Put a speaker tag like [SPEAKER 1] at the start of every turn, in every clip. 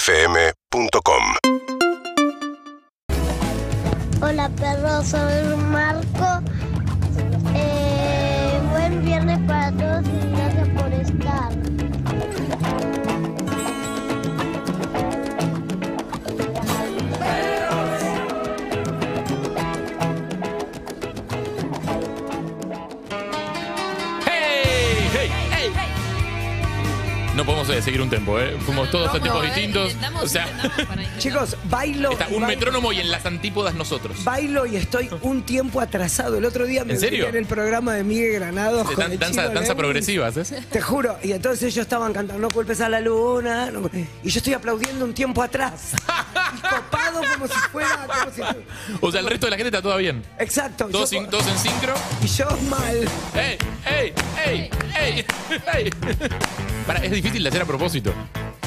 [SPEAKER 1] UrbanaPlayFM.com
[SPEAKER 2] Hola perro, soy Marco. Eh, buen viernes para todos y gracias por estar.
[SPEAKER 3] ¡Hey! ¡Hey! ¡Hey! No podemos eh, seguir un tempo, ¿eh? Fuimos todos a tiempos distintos.
[SPEAKER 4] Intentamos,
[SPEAKER 3] O sea,
[SPEAKER 4] intentamos para intentar.
[SPEAKER 5] Chicos, bailo.
[SPEAKER 3] está un
[SPEAKER 5] bailo-
[SPEAKER 3] metrónomo y en las antípodas nosotros.
[SPEAKER 5] Bailo y estoy un tiempo atrasado. El otro día me
[SPEAKER 3] ¿En
[SPEAKER 5] metí
[SPEAKER 3] serio?
[SPEAKER 5] en el programa de Miguel Granados.
[SPEAKER 3] Eh,
[SPEAKER 5] con
[SPEAKER 3] dan-
[SPEAKER 5] el
[SPEAKER 3] danza,
[SPEAKER 5] Chino
[SPEAKER 3] danza ¿eh?
[SPEAKER 5] Lemon.
[SPEAKER 3] progresiva, ¿sabes?
[SPEAKER 5] Te juro. Y entonces ellos estaban cantando No culpes a la luna. no- y yo estoy aplaudiendo un tiempo atrás. Y Copado como si fuera. como si-
[SPEAKER 3] O sea, el resto de la gente está todo bien.
[SPEAKER 5] Exacto.
[SPEAKER 3] Todos,
[SPEAKER 5] yo-
[SPEAKER 3] sin- todos en sincro.
[SPEAKER 5] y yo mal.
[SPEAKER 3] ¡Ey! ¡Ey! ¡Ey! ¡Ey! ¡Ey! Para, es difícil de hacer a propósito.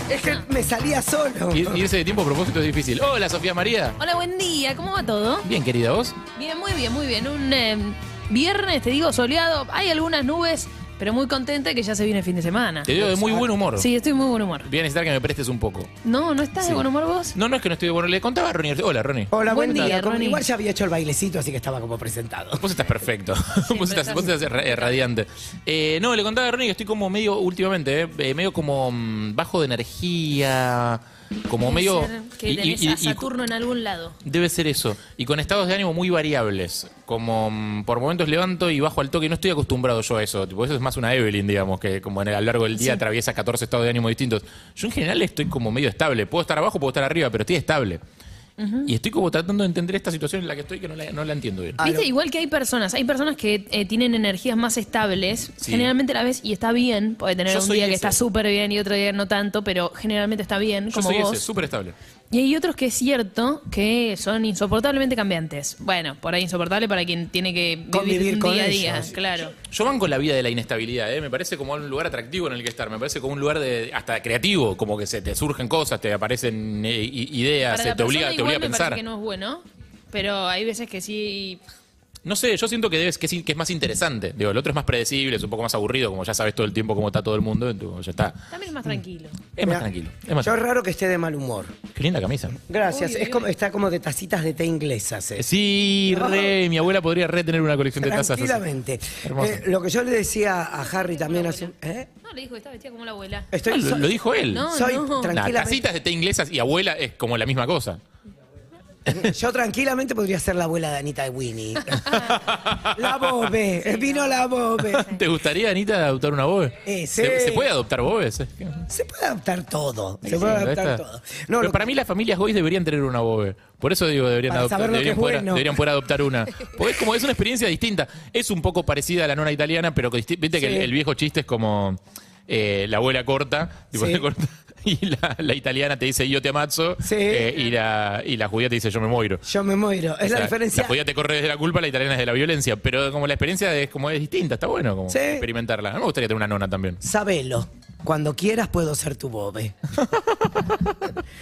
[SPEAKER 5] Es que me salía solo.
[SPEAKER 3] Ir- Irse de tiempo a propósito es difícil. Hola, Sofía María.
[SPEAKER 4] Hola, buen día, ¿cómo va todo?
[SPEAKER 3] Bien, querida, ¿vos?
[SPEAKER 4] Bien, muy bien, muy bien. Un eh, viernes, te digo, soleado. Hay algunas nubes, pero muy contenta que ya se viene el fin de semana.
[SPEAKER 3] Te digo de muy buen humor.
[SPEAKER 4] Sí, estoy muy buen humor.
[SPEAKER 3] Voy a necesitar que me prestes un poco.
[SPEAKER 4] No, ¿no estás de buen humor vos?
[SPEAKER 3] No, no es que no estoy de bueno. Le contaba a Ronnie. Hola, Ronnie.
[SPEAKER 5] Hola,
[SPEAKER 4] Buen
[SPEAKER 5] buen, día.
[SPEAKER 4] día,
[SPEAKER 5] Como-
[SPEAKER 4] Ronnie.
[SPEAKER 5] Igual ya había hecho el bailecito, así que estaba como presentado.
[SPEAKER 3] Vos estás perfecto. vos estás,
[SPEAKER 4] estás-
[SPEAKER 3] vos estás ra- eh, radiante. Eh, no, le contaba a Ronnie que estoy como medio, últimamente, eh, eh, medio como mm, bajo de energía, como
[SPEAKER 4] Debe
[SPEAKER 3] medio...
[SPEAKER 4] ser Que
[SPEAKER 3] y- y-
[SPEAKER 4] tenés
[SPEAKER 3] y-
[SPEAKER 4] a
[SPEAKER 3] y-
[SPEAKER 4] Saturno en algún lado.
[SPEAKER 3] debe ser eso. Y con estados de ánimo muy variables. Como mm, por momentos levanto y bajo al toque. No estoy acostumbrado yo a eso. Tipo, eso es más una Evelyn, digamos, que como en- a lo largo del día atraviesa 14 estados de ánimo distintos. Yo en general estoy como medio estable. Puedo estar abajo, puedo estar arriba, pero estoy estable. Y estoy como tratando de entender esta situación en la que estoy que no la, no la entiendo bien.
[SPEAKER 5] Ah,
[SPEAKER 4] Viste,
[SPEAKER 5] no.
[SPEAKER 4] igual que hay personas, hay personas que eh, tienen energías más estables,
[SPEAKER 3] Sí.
[SPEAKER 4] generalmente la ves y está bien, puede tener
[SPEAKER 3] Yo
[SPEAKER 4] un
[SPEAKER 3] soy
[SPEAKER 4] día que
[SPEAKER 3] ese.
[SPEAKER 4] está súper bien y otro día no tanto, pero generalmente está bien,
[SPEAKER 3] Yo
[SPEAKER 4] como
[SPEAKER 3] soy
[SPEAKER 4] vos.
[SPEAKER 3] ese, súper estable.
[SPEAKER 4] Y hay otros que es cierto que son insoportablemente cambiantes. Bueno, por ahí insoportable para quien tiene que vivir
[SPEAKER 5] Convivir con
[SPEAKER 4] día a
[SPEAKER 5] ellos.
[SPEAKER 4] día, claro.
[SPEAKER 3] Yo banco la vida de la inestabilidad, ¿eh? me parece como un lugar atractivo en el que estar, me parece como un lugar de hasta creativo, como que se te surgen cosas, te aparecen eh, i- ideas,
[SPEAKER 4] para
[SPEAKER 3] eh,
[SPEAKER 4] la
[SPEAKER 3] te obliga, te
[SPEAKER 4] persona igual
[SPEAKER 3] obliga a
[SPEAKER 4] me
[SPEAKER 3] pensar.
[SPEAKER 4] parece que no es bueno, pero hay veces que sí
[SPEAKER 3] No sé, yo siento que, debes, que, sí- que es más interesante. Digo, el otro es más predecible, es un poco más aburrido, como ya sabes todo el tiempo cómo está todo el mundo, entonces ya está.
[SPEAKER 4] también
[SPEAKER 5] Mm.
[SPEAKER 4] es más tranquilo.
[SPEAKER 3] Es más
[SPEAKER 5] Mirá,
[SPEAKER 3] tranquilo. Es más
[SPEAKER 5] Yo raro que esté de mal humor.
[SPEAKER 3] Qué linda camisa.
[SPEAKER 5] Gracias.
[SPEAKER 4] Uy, uy,
[SPEAKER 5] es como, está como de tacitas de té inglesas. eh.
[SPEAKER 3] Sí, re, mi abuela podría re tener una colección de tazas. así.
[SPEAKER 5] Tranquilamente.
[SPEAKER 3] Hermoso.
[SPEAKER 5] Eh, lo que yo le decía a Harry también hace un- ¿eh?
[SPEAKER 4] No, le dijo que está vestida como la abuela.
[SPEAKER 3] Ah,
[SPEAKER 5] Estoy
[SPEAKER 3] lo, lo dijo él.
[SPEAKER 4] No,
[SPEAKER 5] soy
[SPEAKER 4] no.
[SPEAKER 3] Nah,
[SPEAKER 5] tranquilamente.
[SPEAKER 3] tacitas de té inglesas y abuela es como la misma cosa.
[SPEAKER 5] yo tranquilamente podría ser la abuela de Anita de Winnie. la bobe. eh, vino la bobe.
[SPEAKER 3] ¿Te gustaría, Anita, adoptar una bobe?
[SPEAKER 5] Eh,
[SPEAKER 3] ¿Se,
[SPEAKER 5] sí.
[SPEAKER 3] se puede adoptar bobes? Eh, sí,
[SPEAKER 5] Se puede adaptar todo. Se
[SPEAKER 3] ¿no?
[SPEAKER 5] puede adaptar
[SPEAKER 3] Está.
[SPEAKER 5] todo. No,
[SPEAKER 3] Pero
[SPEAKER 5] lo-
[SPEAKER 3] para mí las familias goys deberían tener una bobe. Por eso digo, deberían
[SPEAKER 5] Para
[SPEAKER 3] adoptar,
[SPEAKER 5] saber lo que
[SPEAKER 3] deberían,
[SPEAKER 5] es
[SPEAKER 3] poder,
[SPEAKER 5] bueno.
[SPEAKER 3] deberían poder adoptar una. Porque es como, es una experiencia distinta. Es un poco parecida a la nona italiana, pero que disti- viste que el,
[SPEAKER 5] Sí.
[SPEAKER 3] el viejo chiste es como eh, la abuela corta, tipo,
[SPEAKER 5] Sí.
[SPEAKER 3] se corta, y la, la italiana te dice yo te amazzo,
[SPEAKER 5] Sí.
[SPEAKER 3] eh, y, la, y la judía te dice yo me moiro.
[SPEAKER 5] yo me muero. Es
[SPEAKER 3] O sea,
[SPEAKER 5] la diferencia.
[SPEAKER 3] La judía te corre desde la culpa, la italiana es de la violencia. Pero como la experiencia es como es distinta, está bueno como
[SPEAKER 5] Sí.
[SPEAKER 3] experimentarla. A mí me gustaría tener una nona también.
[SPEAKER 5] Sabelo. Cuando quieras puedo ser tu bobe.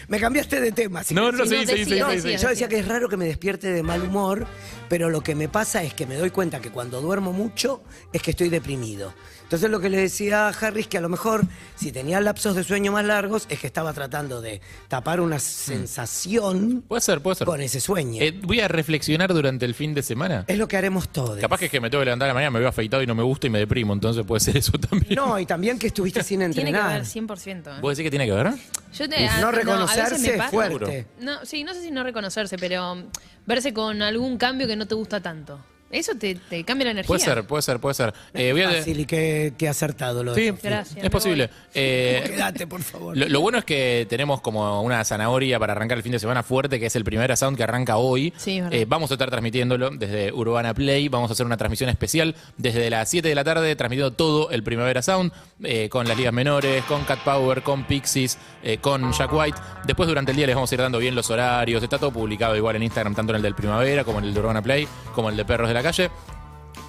[SPEAKER 5] me cambiaste de tema. si
[SPEAKER 3] No,
[SPEAKER 5] querés.
[SPEAKER 3] no, sí, sí,
[SPEAKER 4] Sí, no,
[SPEAKER 3] sí,
[SPEAKER 4] decía,
[SPEAKER 3] sí,
[SPEAKER 5] No,
[SPEAKER 3] sí.
[SPEAKER 4] decía.
[SPEAKER 5] yo decía que es raro que me despierte de mal humor, pero lo que me pasa es que me doy cuenta que cuando duermo mucho es que estoy deprimido. Entonces lo que le decía a Harry es que a lo mejor si tenía lapsos de sueño más largos es que estaba tratando de tapar una sensación
[SPEAKER 3] Mm. Puede ser, puede ser.
[SPEAKER 5] con ese sueño.
[SPEAKER 3] Eh, voy a reflexionar durante el fin de semana.
[SPEAKER 5] es lo que haremos todos.
[SPEAKER 3] Capaz que es que me tengo que levantar a la mañana, me veo afeitado y no me gusta y me deprimo, entonces puede ser eso también.
[SPEAKER 5] No, y también que estuviste sin
[SPEAKER 4] Tiene que ver
[SPEAKER 5] entrenar.
[SPEAKER 4] 100%. ¿eh?
[SPEAKER 3] ¿Vos decís que tiene que ver?
[SPEAKER 4] Yo te- ah, a-
[SPEAKER 5] No
[SPEAKER 4] a veces me
[SPEAKER 5] reconocerse es
[SPEAKER 4] pasa-
[SPEAKER 5] fuerte.
[SPEAKER 4] No, sí, no sé si no reconocerse, pero um, verse con algún cambio que no te gusta tanto. Eso te, te cambia la energía.
[SPEAKER 3] Puede ser, puede ser, puede ser. Eh, voy a-
[SPEAKER 5] Fácil y que, que acertado lo de
[SPEAKER 3] Sí,
[SPEAKER 5] Sofi.
[SPEAKER 4] Gracias, me
[SPEAKER 3] es posible.
[SPEAKER 4] voy.
[SPEAKER 3] Eh,
[SPEAKER 5] Quédate, por favor.
[SPEAKER 3] Lo, lo bueno es que tenemos como una zanahoria para arrancar el fin de semana fuerte, que es el primer sound que arranca hoy.
[SPEAKER 4] Sí, es verdad.
[SPEAKER 3] Eh, vamos a estar transmitiéndolo desde Urbana Play. Vamos a hacer una transmisión especial desde las 7 de la tarde, transmitiendo todo el Primavera Sound, eh, con las ligas menores, con Cat Power, con Pixies, eh, con Jack White. Después, durante el día, les vamos a ir dando bien los horarios. Está todo publicado igual en Instagram, tanto en el del Primavera, como en el de Urbana Play, como el de Perros de la Calle.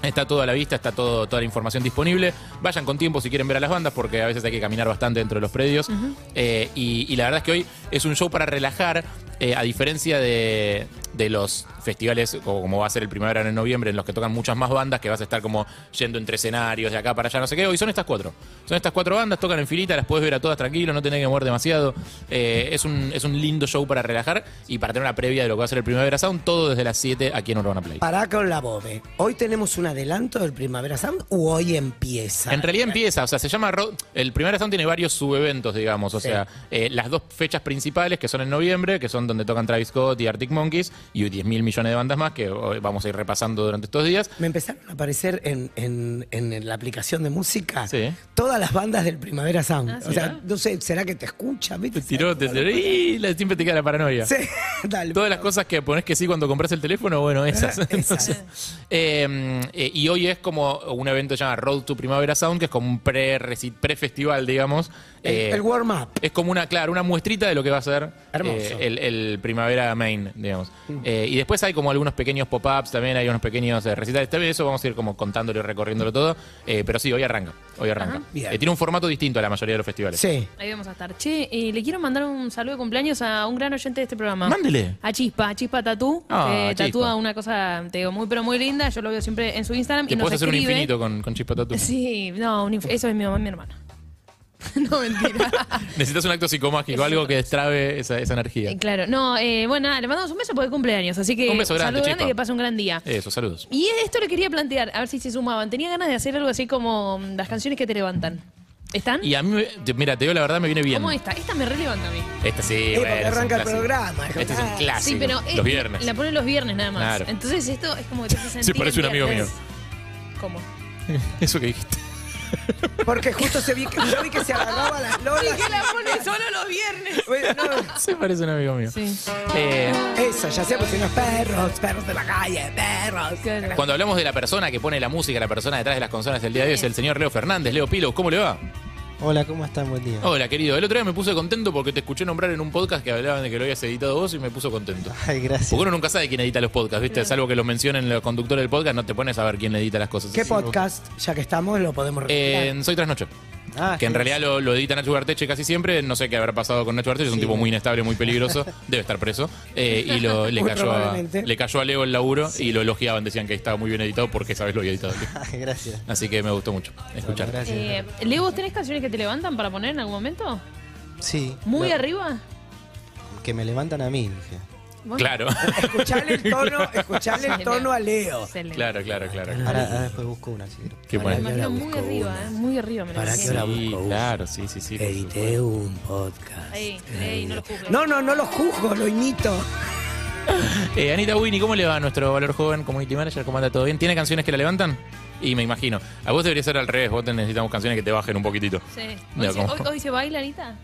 [SPEAKER 3] Está todo a la vista, está todo, toda la información disponible. Vayan con tiempo si quieren ver a las bandas, porque a veces hay que caminar bastante dentro de los predios. Eh, y, y la verdad es que hoy es un show para relajar, eh, a diferencia de, de los festivales como, como va a ser el primavera en noviembre, en los que tocan muchas más bandas, que vas a estar como yendo entre escenarios, de acá para allá, no sé qué. Hoy son estas cuatro. Son estas cuatro bandas, tocan en filita, las puedes ver a todas tranquilo, no tenés que mover demasiado. Eh, es, un, es un lindo show para relajar y para tener una previa de lo que va a ser el primavera Sound, todo desde las 7 aquí en Urbana Play.
[SPEAKER 5] Pará con la bobe. ¿Hoy tenemos un adelanto del Primavera Sound o hoy empieza?
[SPEAKER 3] En realidad empieza, o sea, se llama Ro- el primer Sound tiene varios subeventos, digamos, o
[SPEAKER 5] Sí.
[SPEAKER 3] sea, eh, las dos fechas principales que son en noviembre, que son donde tocan Travis Scott y Arctic Monkeys y 10 mil millones de bandas más que hoy vamos a ir repasando durante estos días.
[SPEAKER 5] Me empezaron a aparecer en, en- en la aplicación de música
[SPEAKER 3] Sí.
[SPEAKER 5] todas las bandas del Primavera Sound.
[SPEAKER 4] Ah,
[SPEAKER 5] o
[SPEAKER 4] ¿sí?
[SPEAKER 5] sea, no sé, ¿será que te escucha? ¿Viste?
[SPEAKER 3] Te tiró, te tiró, y la- siempre te queda la paranoia.
[SPEAKER 5] Sí, dale.
[SPEAKER 3] Todas las cosas que pones que sí cuando compras el teléfono, bueno, esas. Entonces, eh, eh, y hoy es como un evento llamado Road to Primavera Sound, que es como un pre- reci- pre-festival, digamos.
[SPEAKER 5] El,
[SPEAKER 3] Eh,
[SPEAKER 5] el warm-up.
[SPEAKER 3] es como una, claro, una muestrita de lo que va a ser
[SPEAKER 5] Hermoso. Mm.
[SPEAKER 3] eh, el, el Primavera Main, digamos. Eh, y después hay como algunos pequeños pop-ups también, hay unos pequeños eh, recitales. También eso vamos a ir como contándolo y recorriéndolo todo. Eh, pero sí, hoy arranca, hoy arranca.
[SPEAKER 5] Bien.
[SPEAKER 3] Eh, tiene un formato distinto a la mayoría de los festivales.
[SPEAKER 5] Sí.
[SPEAKER 4] Ahí vamos a estar. Che, eh, le quiero mandar un saludo de cumpleaños a un gran oyente de este programa.
[SPEAKER 3] Mándele.
[SPEAKER 4] A Chispa, a Chispa Tatú.
[SPEAKER 3] Ah,
[SPEAKER 4] que tatúa
[SPEAKER 3] Chispa.
[SPEAKER 4] una cosa, te digo, muy pero muy linda. Yo lo veo siempre en su Instagram
[SPEAKER 3] Te
[SPEAKER 4] y nos
[SPEAKER 3] puedes hacer un
[SPEAKER 4] escribe-
[SPEAKER 3] infinito con, con Chispa Tatu.
[SPEAKER 4] Sí, no, un inf- eso es mi mamá y mi hermana. no, mentira.
[SPEAKER 3] Necesitas un acto psicomágico, algo que destrabe esa, esa energía.
[SPEAKER 4] Eh, claro, no, eh, bueno, nada, le mandamos un beso por el cumpleaños. Así que
[SPEAKER 3] Un beso grande,
[SPEAKER 4] saludo grande y
[SPEAKER 3] Chispa.
[SPEAKER 4] que pase un gran día.
[SPEAKER 3] Eso, saludos.
[SPEAKER 4] Y esto le quería plantear, a ver si se sumaban. Tenía ganas de hacer algo así como mm, las canciones que te levantan. ¿Están?
[SPEAKER 3] Y a mí, me- te- mira, te digo la verdad, me viene bien.
[SPEAKER 4] ¿Cómo esta? Esta me relevanta a mí.
[SPEAKER 3] Esta sí,
[SPEAKER 5] Eh, porque
[SPEAKER 3] bueno, es un
[SPEAKER 5] arranca el
[SPEAKER 3] clásico.
[SPEAKER 5] programa, hijo.
[SPEAKER 3] Este es un
[SPEAKER 5] Ah.
[SPEAKER 3] clásico.
[SPEAKER 4] Sí, pero
[SPEAKER 3] los
[SPEAKER 4] es-
[SPEAKER 3] viernes.
[SPEAKER 4] La ponen los viernes nada más.
[SPEAKER 3] Claro.
[SPEAKER 4] Entonces esto es como que te hace sentir
[SPEAKER 3] parece
[SPEAKER 4] el
[SPEAKER 3] un amigo
[SPEAKER 4] viernes.
[SPEAKER 3] mío.
[SPEAKER 4] ¿Cómo?
[SPEAKER 3] Eso que dijiste.
[SPEAKER 5] Porque justo se vi que, yo vi que se agarraba las lolas.
[SPEAKER 4] Que la ponen solo los viernes.
[SPEAKER 5] Bueno, no,
[SPEAKER 3] Se parece un amigo mío.
[SPEAKER 4] Sí.
[SPEAKER 3] Eh,
[SPEAKER 5] eso, ya sé, porque unos perros, perros de la calle, perros.
[SPEAKER 4] Claro.
[SPEAKER 3] cuando hablamos de la persona que pone la música, la persona detrás de las consolas del día de hoy es el señor Leo Fernández. Leo Pilo, ¿cómo le va?
[SPEAKER 6] Hola, ¿cómo están? Buen día.
[SPEAKER 3] Hola, querido. El otro día me puse contento porque te escuché nombrar en un podcast que hablaban de que lo habías editado vos y me puso contento.
[SPEAKER 6] Ay, gracias.
[SPEAKER 3] Porque uno nunca sabe quién edita los podcasts, ¿viste? Salvo que los mencionen los conductores del podcast, no te pones a ver quién edita las cosas.
[SPEAKER 5] ¿Qué
[SPEAKER 3] Así.
[SPEAKER 5] podcast, ya que estamos, lo podemos
[SPEAKER 3] Eh,
[SPEAKER 5] repetir?
[SPEAKER 3] en Soy Tras Noche.
[SPEAKER 6] Ah,
[SPEAKER 3] Que en
[SPEAKER 6] sí.
[SPEAKER 3] realidad lo, lo edita Nacho Garteche casi siempre. No sé qué habrá pasado con Nacho Garteche. Es un
[SPEAKER 6] Sí.
[SPEAKER 3] tipo muy inestable, muy peligroso. Debe estar preso. Eh, y lo- le,
[SPEAKER 5] Muy
[SPEAKER 3] cayó a,
[SPEAKER 5] probablemente.
[SPEAKER 3] le cayó a Leo el laburo y lo elogiaban. Decían que estaba muy bien editado porque sabes lo había editado. Leo.
[SPEAKER 6] Ay, gracias.
[SPEAKER 3] Así que me gustó mucho
[SPEAKER 6] Bueno,
[SPEAKER 3] escuchar.
[SPEAKER 6] gracias.
[SPEAKER 4] Eh, Leo, ¿vos tenés canciones que te levantan para poner en algún momento?
[SPEAKER 6] sí.
[SPEAKER 4] ¿Muy
[SPEAKER 6] lo-
[SPEAKER 4] arriba?
[SPEAKER 6] Que me levantan a mí, dije.
[SPEAKER 4] Bueno,
[SPEAKER 3] Claro,
[SPEAKER 5] Escucharle el tono, escucharle el tono a Leo.
[SPEAKER 4] excelente.
[SPEAKER 3] claro, claro, claro.
[SPEAKER 5] Ah,
[SPEAKER 6] Ahora, ahora después busco una, si quiero.
[SPEAKER 3] Qué
[SPEAKER 4] Me
[SPEAKER 3] bueno.
[SPEAKER 5] Ahora
[SPEAKER 4] imagino muy
[SPEAKER 5] busco
[SPEAKER 4] arriba,
[SPEAKER 5] una.
[SPEAKER 4] eh, muy arriba. Me lo
[SPEAKER 5] Para
[SPEAKER 4] imagino.
[SPEAKER 5] que ahora
[SPEAKER 3] Sí,
[SPEAKER 5] busco una.
[SPEAKER 3] claro, sí, sí, sí. por
[SPEAKER 5] Edité un podcast.
[SPEAKER 4] Ahí, ahí, no lo juzgues.
[SPEAKER 5] No, no, no lo juzgo, lo imito.
[SPEAKER 3] supuesto. Eh, Anita Winnie, ¿cómo le va a nuestro valor joven community manager? ¿Cómo anda todo bien? ¿Tiene canciones que la levantan? Y me imagino. A vos debería ser al revés. Vos te necesitamos canciones que te bajen un poquitito.
[SPEAKER 4] Sí.
[SPEAKER 3] No,
[SPEAKER 4] Hoy, se,
[SPEAKER 3] ¿cómo?
[SPEAKER 4] hoy- hoy se baila, Anita?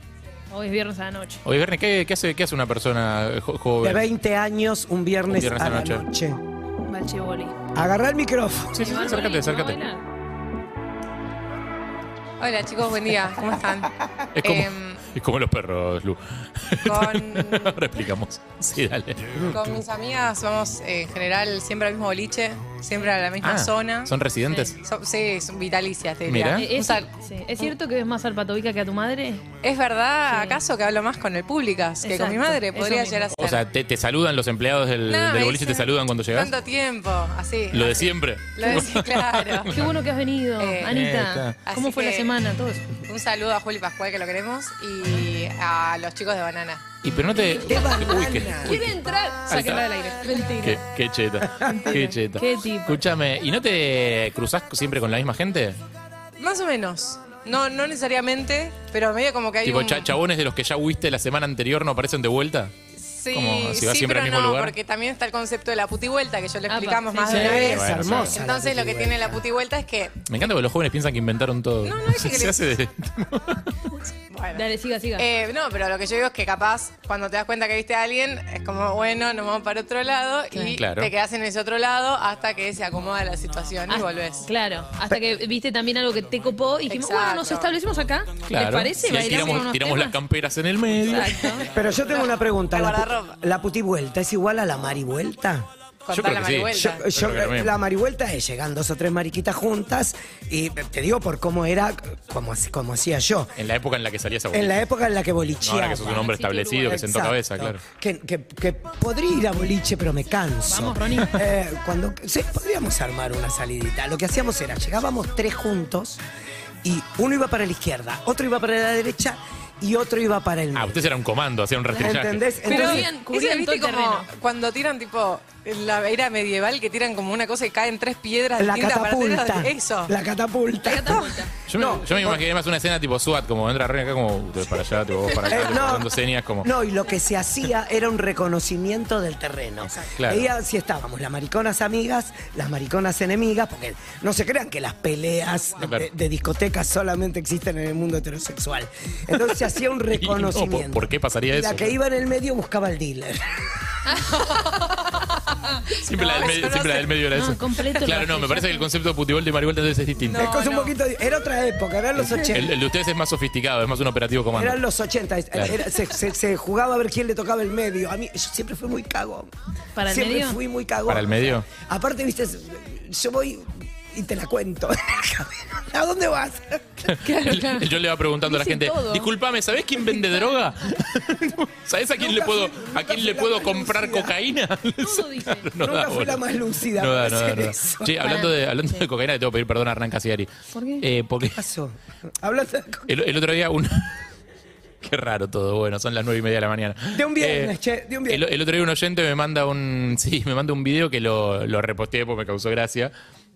[SPEAKER 4] Hoy es viernes a la noche.
[SPEAKER 3] Oye, Verne, ¿qué, qué hace, ¿qué hace una persona jo-
[SPEAKER 5] De
[SPEAKER 3] joven?
[SPEAKER 5] 20 años, un viernes,
[SPEAKER 3] Un viernes
[SPEAKER 5] a
[SPEAKER 3] a la
[SPEAKER 5] la noche.
[SPEAKER 4] Bacheboli.
[SPEAKER 5] Agarrá el micrófono.
[SPEAKER 3] Sí, sí, sí, acércate, acércate.
[SPEAKER 7] Hola chicos, buen día, ¿cómo están?
[SPEAKER 3] Es como,
[SPEAKER 7] Em,
[SPEAKER 3] es como los perros, Lu.
[SPEAKER 7] con-
[SPEAKER 3] Ahora explicamos. Sí, dale.
[SPEAKER 7] Con mis amigas vamos eh, en general siempre al mismo boliche, siempre a la misma
[SPEAKER 3] Ah,
[SPEAKER 7] zona.
[SPEAKER 3] ¿Son residentes?
[SPEAKER 7] So- sí, son vitalicias, te diría.
[SPEAKER 3] Mirá.
[SPEAKER 4] Eh,
[SPEAKER 7] O
[SPEAKER 4] es,
[SPEAKER 7] sea,
[SPEAKER 4] sí. ¿Es cierto que ves más al patovica que a tu madre?
[SPEAKER 7] ¿Es verdad acaso que hablo más con el públicas que con mi
[SPEAKER 4] Exacto,
[SPEAKER 7] madre?
[SPEAKER 4] eso
[SPEAKER 7] Podría
[SPEAKER 4] mismo.
[SPEAKER 7] llegar a ser.
[SPEAKER 3] O sea, te, te saludan los empleados del,
[SPEAKER 7] No, eh,
[SPEAKER 3] del
[SPEAKER 7] me
[SPEAKER 3] boliche, te
[SPEAKER 7] dicen,
[SPEAKER 3] saludan cuando llegas.
[SPEAKER 7] ¿Cuánto tiempo? Así.
[SPEAKER 3] Lo de siempre.
[SPEAKER 7] Lo de sí, claro.
[SPEAKER 4] Qué bueno que has venido,
[SPEAKER 7] Eh,
[SPEAKER 3] Eh,
[SPEAKER 4] Anita.
[SPEAKER 7] está.
[SPEAKER 4] ¿Cómo
[SPEAKER 7] Así
[SPEAKER 4] fue la
[SPEAKER 7] que-
[SPEAKER 4] semana? Todo eso.
[SPEAKER 7] Un saludo a Juli Pascual, que lo queremos, y a los chicos de Banana.
[SPEAKER 3] Y pero no te. Uy, qué, uy,
[SPEAKER 4] Quiere entrar.
[SPEAKER 3] Ahí está.
[SPEAKER 4] Sáquenla del aire. Mentira.
[SPEAKER 3] qué, qué cheta. Qué cheta.
[SPEAKER 4] Qué tipo.
[SPEAKER 3] Escúchame, ¿y no te cruzás siempre con la misma gente?
[SPEAKER 7] Más o menos. No, no necesariamente, pero medio como que hay
[SPEAKER 3] tipo,
[SPEAKER 7] un...
[SPEAKER 3] cha- chabones de los que ya huiste la semana anterior no aparecen de vuelta.
[SPEAKER 7] Sí,
[SPEAKER 3] Como si
[SPEAKER 7] sí,
[SPEAKER 3] vas siempre
[SPEAKER 7] pero
[SPEAKER 3] al mismo
[SPEAKER 7] no,
[SPEAKER 3] lugar.
[SPEAKER 7] porque también está el concepto de la putivuelta, que yo lo
[SPEAKER 4] Apa,
[SPEAKER 7] explicamos
[SPEAKER 4] sí,
[SPEAKER 7] más
[SPEAKER 4] sí.
[SPEAKER 7] de una
[SPEAKER 5] Sí,
[SPEAKER 7] vez.
[SPEAKER 5] es hermosa
[SPEAKER 7] Entonces
[SPEAKER 5] la
[SPEAKER 7] lo que
[SPEAKER 5] putivuelta.
[SPEAKER 7] tiene la putivuelta es que,
[SPEAKER 3] Me encanta porque los jóvenes piensan que inventaron todo.
[SPEAKER 7] No, no, dije que
[SPEAKER 3] Se
[SPEAKER 7] le-
[SPEAKER 3] hace de-
[SPEAKER 7] bueno.
[SPEAKER 4] Dale, siga, siga.
[SPEAKER 7] Eh, no, pero lo que yo digo es que capaz cuando te das cuenta que viste a alguien, es como, bueno, nos vamos para otro lado y
[SPEAKER 3] Claro.
[SPEAKER 7] te quedas en ese otro lado hasta que se acomoda la situación y
[SPEAKER 4] Hasta-
[SPEAKER 7] volvés.
[SPEAKER 4] Ah, Claro, hasta que viste también algo que te copó y dijimos,
[SPEAKER 7] Exacto.
[SPEAKER 4] bueno, nos establecimos acá.
[SPEAKER 3] Claro.
[SPEAKER 4] ¿Les parece?
[SPEAKER 3] Y ahí
[SPEAKER 4] Bailamos
[SPEAKER 3] tiramos
[SPEAKER 4] unos
[SPEAKER 3] tiramos las
[SPEAKER 4] temas.
[SPEAKER 3] camperas en el medio.
[SPEAKER 4] Exacto.
[SPEAKER 5] Pero yo tengo una pregunta.
[SPEAKER 7] El
[SPEAKER 5] ¿La, pu-
[SPEAKER 7] guardarropa.
[SPEAKER 5] la putivuelta es igual a la marivuelta?
[SPEAKER 3] Yo
[SPEAKER 7] contar
[SPEAKER 3] creo
[SPEAKER 7] la
[SPEAKER 3] que sí.
[SPEAKER 5] Yo- eh,
[SPEAKER 7] marihuelta.
[SPEAKER 5] yo-
[SPEAKER 3] Yo creo que lo mismo.
[SPEAKER 5] la marivuelta es llegan dos o tres mariquitas juntas y eh, te digo por cómo era, como, como hacía yo.
[SPEAKER 3] En la época en la que salías a
[SPEAKER 5] En la época en la que
[SPEAKER 3] No,
[SPEAKER 5] bolicheaba.
[SPEAKER 3] ahora que sos un hombre
[SPEAKER 4] Sitio
[SPEAKER 3] establecido que sentó
[SPEAKER 5] Exacto.
[SPEAKER 3] cabeza, claro.
[SPEAKER 5] Que, que- que podría ir a boliche, pero me canso.
[SPEAKER 4] Vamos, Ronnie.
[SPEAKER 5] Eh, cuando, sí, podríamos armar una salidita. Lo que hacíamos era, llegábamos tres juntos y uno iba para la izquierda, otro iba para la derecha y otro iba para el medio.
[SPEAKER 3] Ah, ustedes eran un comando, hacían un rastrillaje.
[SPEAKER 5] ¿Entendés?
[SPEAKER 7] Pero
[SPEAKER 5] Entonces,
[SPEAKER 4] Cubrían-
[SPEAKER 7] ese,
[SPEAKER 4] cubrían todo
[SPEAKER 7] ¿viste
[SPEAKER 4] el
[SPEAKER 7] como
[SPEAKER 4] terreno.
[SPEAKER 7] cuando tiran tipo la era medieval que tiran como una cosa y caen tres piedras
[SPEAKER 5] la
[SPEAKER 7] distintas para hacer
[SPEAKER 5] catapulta.
[SPEAKER 7] eso?
[SPEAKER 5] La catapulta.
[SPEAKER 3] Yo me,
[SPEAKER 5] No,
[SPEAKER 3] yo me
[SPEAKER 5] por-
[SPEAKER 3] imaginé más una escena tipo SWAT, como entra Ren acá, como ustedes para allá, tipo vos para
[SPEAKER 5] Eh,
[SPEAKER 3] acá, dando señas como.
[SPEAKER 5] no, y lo que se hacía era un reconocimiento del terreno.
[SPEAKER 3] Claro.
[SPEAKER 5] Veía si estábamos las mariconas amigas, las mariconas enemigas, porque no se crean que las peleas
[SPEAKER 3] Claro.
[SPEAKER 5] de, de discotecas solamente existen en el mundo heterosexual. Entonces se hacía
[SPEAKER 3] Y
[SPEAKER 5] un
[SPEAKER 3] no, ¿por-
[SPEAKER 5] reconocimiento.
[SPEAKER 3] por qué pasaría
[SPEAKER 5] Y La
[SPEAKER 3] eso?
[SPEAKER 5] que iba en el medio buscaba al dealer.
[SPEAKER 3] Siempre, la, del
[SPEAKER 7] No,
[SPEAKER 3] medio,
[SPEAKER 7] eso no
[SPEAKER 3] siempre la
[SPEAKER 7] se-
[SPEAKER 3] del medio era
[SPEAKER 4] No,
[SPEAKER 3] eso.
[SPEAKER 4] completo
[SPEAKER 3] Claro, no, me
[SPEAKER 4] rastrillaje.
[SPEAKER 3] parece que el concepto de putibol de marihuana entonces es distinto.
[SPEAKER 7] No,
[SPEAKER 5] Es cosa un poquito- era otra época, eran los 80.
[SPEAKER 3] El, el de ustedes es más sofisticado, es más un operativo comando.
[SPEAKER 5] Eran los 80,
[SPEAKER 3] Claro.
[SPEAKER 5] era- se, se- se jugaba a ver quién le tocaba el medio. A mí, yo siempre fui muy cagón.
[SPEAKER 4] ¿Para el
[SPEAKER 5] siempre
[SPEAKER 4] medio?
[SPEAKER 5] fui muy cagón.
[SPEAKER 3] ¿Para el medio?
[SPEAKER 5] Aparte, viste, yo voy y te la cuento. ¿A dónde vas?
[SPEAKER 4] Claro, claro.
[SPEAKER 3] Yo le va preguntando a la
[SPEAKER 4] Dicen
[SPEAKER 3] gente,
[SPEAKER 4] todo.
[SPEAKER 3] disculpame, ¿sabés quién vende droga? ¿Sabés a quién le
[SPEAKER 5] Nunca
[SPEAKER 3] puedo,
[SPEAKER 5] fui-
[SPEAKER 3] a
[SPEAKER 5] nunca
[SPEAKER 3] quién
[SPEAKER 5] fui
[SPEAKER 3] le
[SPEAKER 5] la
[SPEAKER 3] puedo
[SPEAKER 5] más
[SPEAKER 3] comprar
[SPEAKER 5] lúcida.
[SPEAKER 3] cocaína?
[SPEAKER 4] Todo dice.
[SPEAKER 3] No
[SPEAKER 5] Nunca
[SPEAKER 3] da,
[SPEAKER 5] fui la
[SPEAKER 3] boludo.
[SPEAKER 5] más lúcida
[SPEAKER 3] No da,
[SPEAKER 5] para
[SPEAKER 3] no da,
[SPEAKER 5] hacer
[SPEAKER 3] no da.
[SPEAKER 5] eso.
[SPEAKER 3] Che, hablando de, hablando de cocaína, le tengo que pedir perdón a Hernán Casiari.
[SPEAKER 4] ¿Por qué?
[SPEAKER 3] Eh, porque
[SPEAKER 5] ¿Qué pasó? Hablando de co-
[SPEAKER 3] el, el otro día una... Qué raro todo, bueno, son las nueve y media de la mañana. Eh,
[SPEAKER 5] De un viernes, che, de un viernes.
[SPEAKER 3] El, el otro día un oyente me manda un. Sí, me manda un video que lo, lo reposteé porque me causó gracia.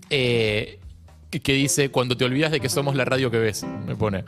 [SPEAKER 3] eh, que, que dice: Cuando te olvidas de que somos la radio que ves, me pone.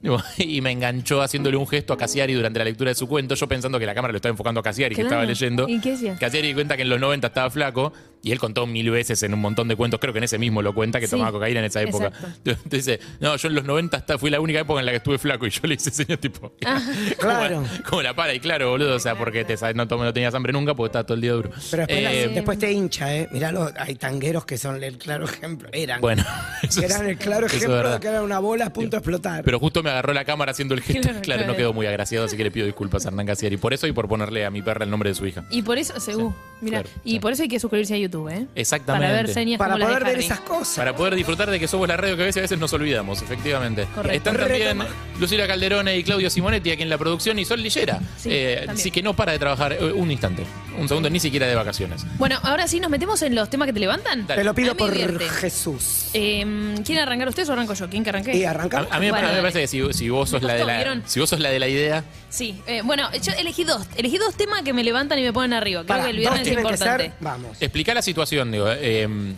[SPEAKER 3] Digo, Y me enganchó haciéndole un gesto a Cassiari durante la lectura de su cuento, yo pensando que la cámara lo estaba enfocando a Cassiari, que
[SPEAKER 4] Claro.
[SPEAKER 3] estaba leyendo.
[SPEAKER 4] ¿Y qué hacía?
[SPEAKER 3] Cassiari cuenta que en los 90 estaba flaco y él contó mil veces en un montón de cuentos, creo que en ese mismo lo cuenta, que
[SPEAKER 4] Sí,
[SPEAKER 3] tomaba cocaína en esa época.
[SPEAKER 4] exacto.
[SPEAKER 3] Entonces dice, no, yo en los 90 hasta fui la única época en la que estuve flaco y yo le hice señas tipo. como-
[SPEAKER 5] claro.
[SPEAKER 3] Como la para y claro, boludo, o sea, porque te, sa- no, tom- no tenías hambre nunca porque estabas todo el día duro.
[SPEAKER 5] Pero después, la-
[SPEAKER 3] Eh,
[SPEAKER 5] después te hincha, ¿eh? Mirá, los, hay tangueros que son el claro ejemplo. Eran.
[SPEAKER 3] Bueno, eso
[SPEAKER 5] Que eran
[SPEAKER 3] es-
[SPEAKER 5] el claro
[SPEAKER 3] eso es
[SPEAKER 5] ejemplo de
[SPEAKER 3] verdad.
[SPEAKER 5] que era una bola a punto de explotar.
[SPEAKER 3] Pero justo me agarró la cámara haciendo el gesto. Claro,
[SPEAKER 4] Claro,
[SPEAKER 3] no
[SPEAKER 4] claro.
[SPEAKER 3] quedó muy agraciado, así que le pido disculpas a Hernán Casiari. Por eso y por ponerle a mi perra el nombre de su hija.
[SPEAKER 4] Y por eso, según, mira,
[SPEAKER 3] claro,
[SPEAKER 4] y
[SPEAKER 3] sí.
[SPEAKER 4] por eso hay que suscribirse a YouTube, ¿eh?
[SPEAKER 3] Exactamente.
[SPEAKER 4] Para ver señas
[SPEAKER 5] para
[SPEAKER 4] como las de
[SPEAKER 5] poder ver
[SPEAKER 4] Harry.
[SPEAKER 5] esas cosas.
[SPEAKER 3] Para poder disfrutar de que somos la radio que a veces, a veces nos olvidamos, efectivamente.
[SPEAKER 4] Correcto.
[SPEAKER 3] Están también Lucila Calderone y Claudio Simonetti aquí en la producción y Sol Lillera.
[SPEAKER 4] Sí,
[SPEAKER 3] Eh,
[SPEAKER 4] también.
[SPEAKER 3] así que no para de trabajar eh, un instante, un segundo, ni siquiera de vacaciones.
[SPEAKER 4] Bueno, ahora sí nos metemos en los temas que te levantan.
[SPEAKER 3] Dale.
[SPEAKER 5] Te lo
[SPEAKER 4] A
[SPEAKER 5] pido
[SPEAKER 4] mí
[SPEAKER 5] por
[SPEAKER 4] divierte.
[SPEAKER 5] Jesús.
[SPEAKER 4] Eh, ¿Quieren arrancar ustedes o arranco yo? ¿Quién que arranque?
[SPEAKER 5] Y
[SPEAKER 3] A,
[SPEAKER 5] arrancamos.
[SPEAKER 3] a mí, me-
[SPEAKER 4] Bueno,
[SPEAKER 3] a mí me
[SPEAKER 4] dale.
[SPEAKER 3] parece que si, si vos sos la de la,
[SPEAKER 4] ¿Vieron?
[SPEAKER 3] si vos sos la de la idea,
[SPEAKER 4] Sí, eh, bueno, yo elegí dos. Elegí dos temas que me levantan y me ponen arriba. Creo
[SPEAKER 5] Pará,
[SPEAKER 4] que el
[SPEAKER 5] dos
[SPEAKER 4] viernes es
[SPEAKER 5] tienen que ser-
[SPEAKER 4] importante.
[SPEAKER 5] Vamos.
[SPEAKER 3] explica la situación, digo, eh, em,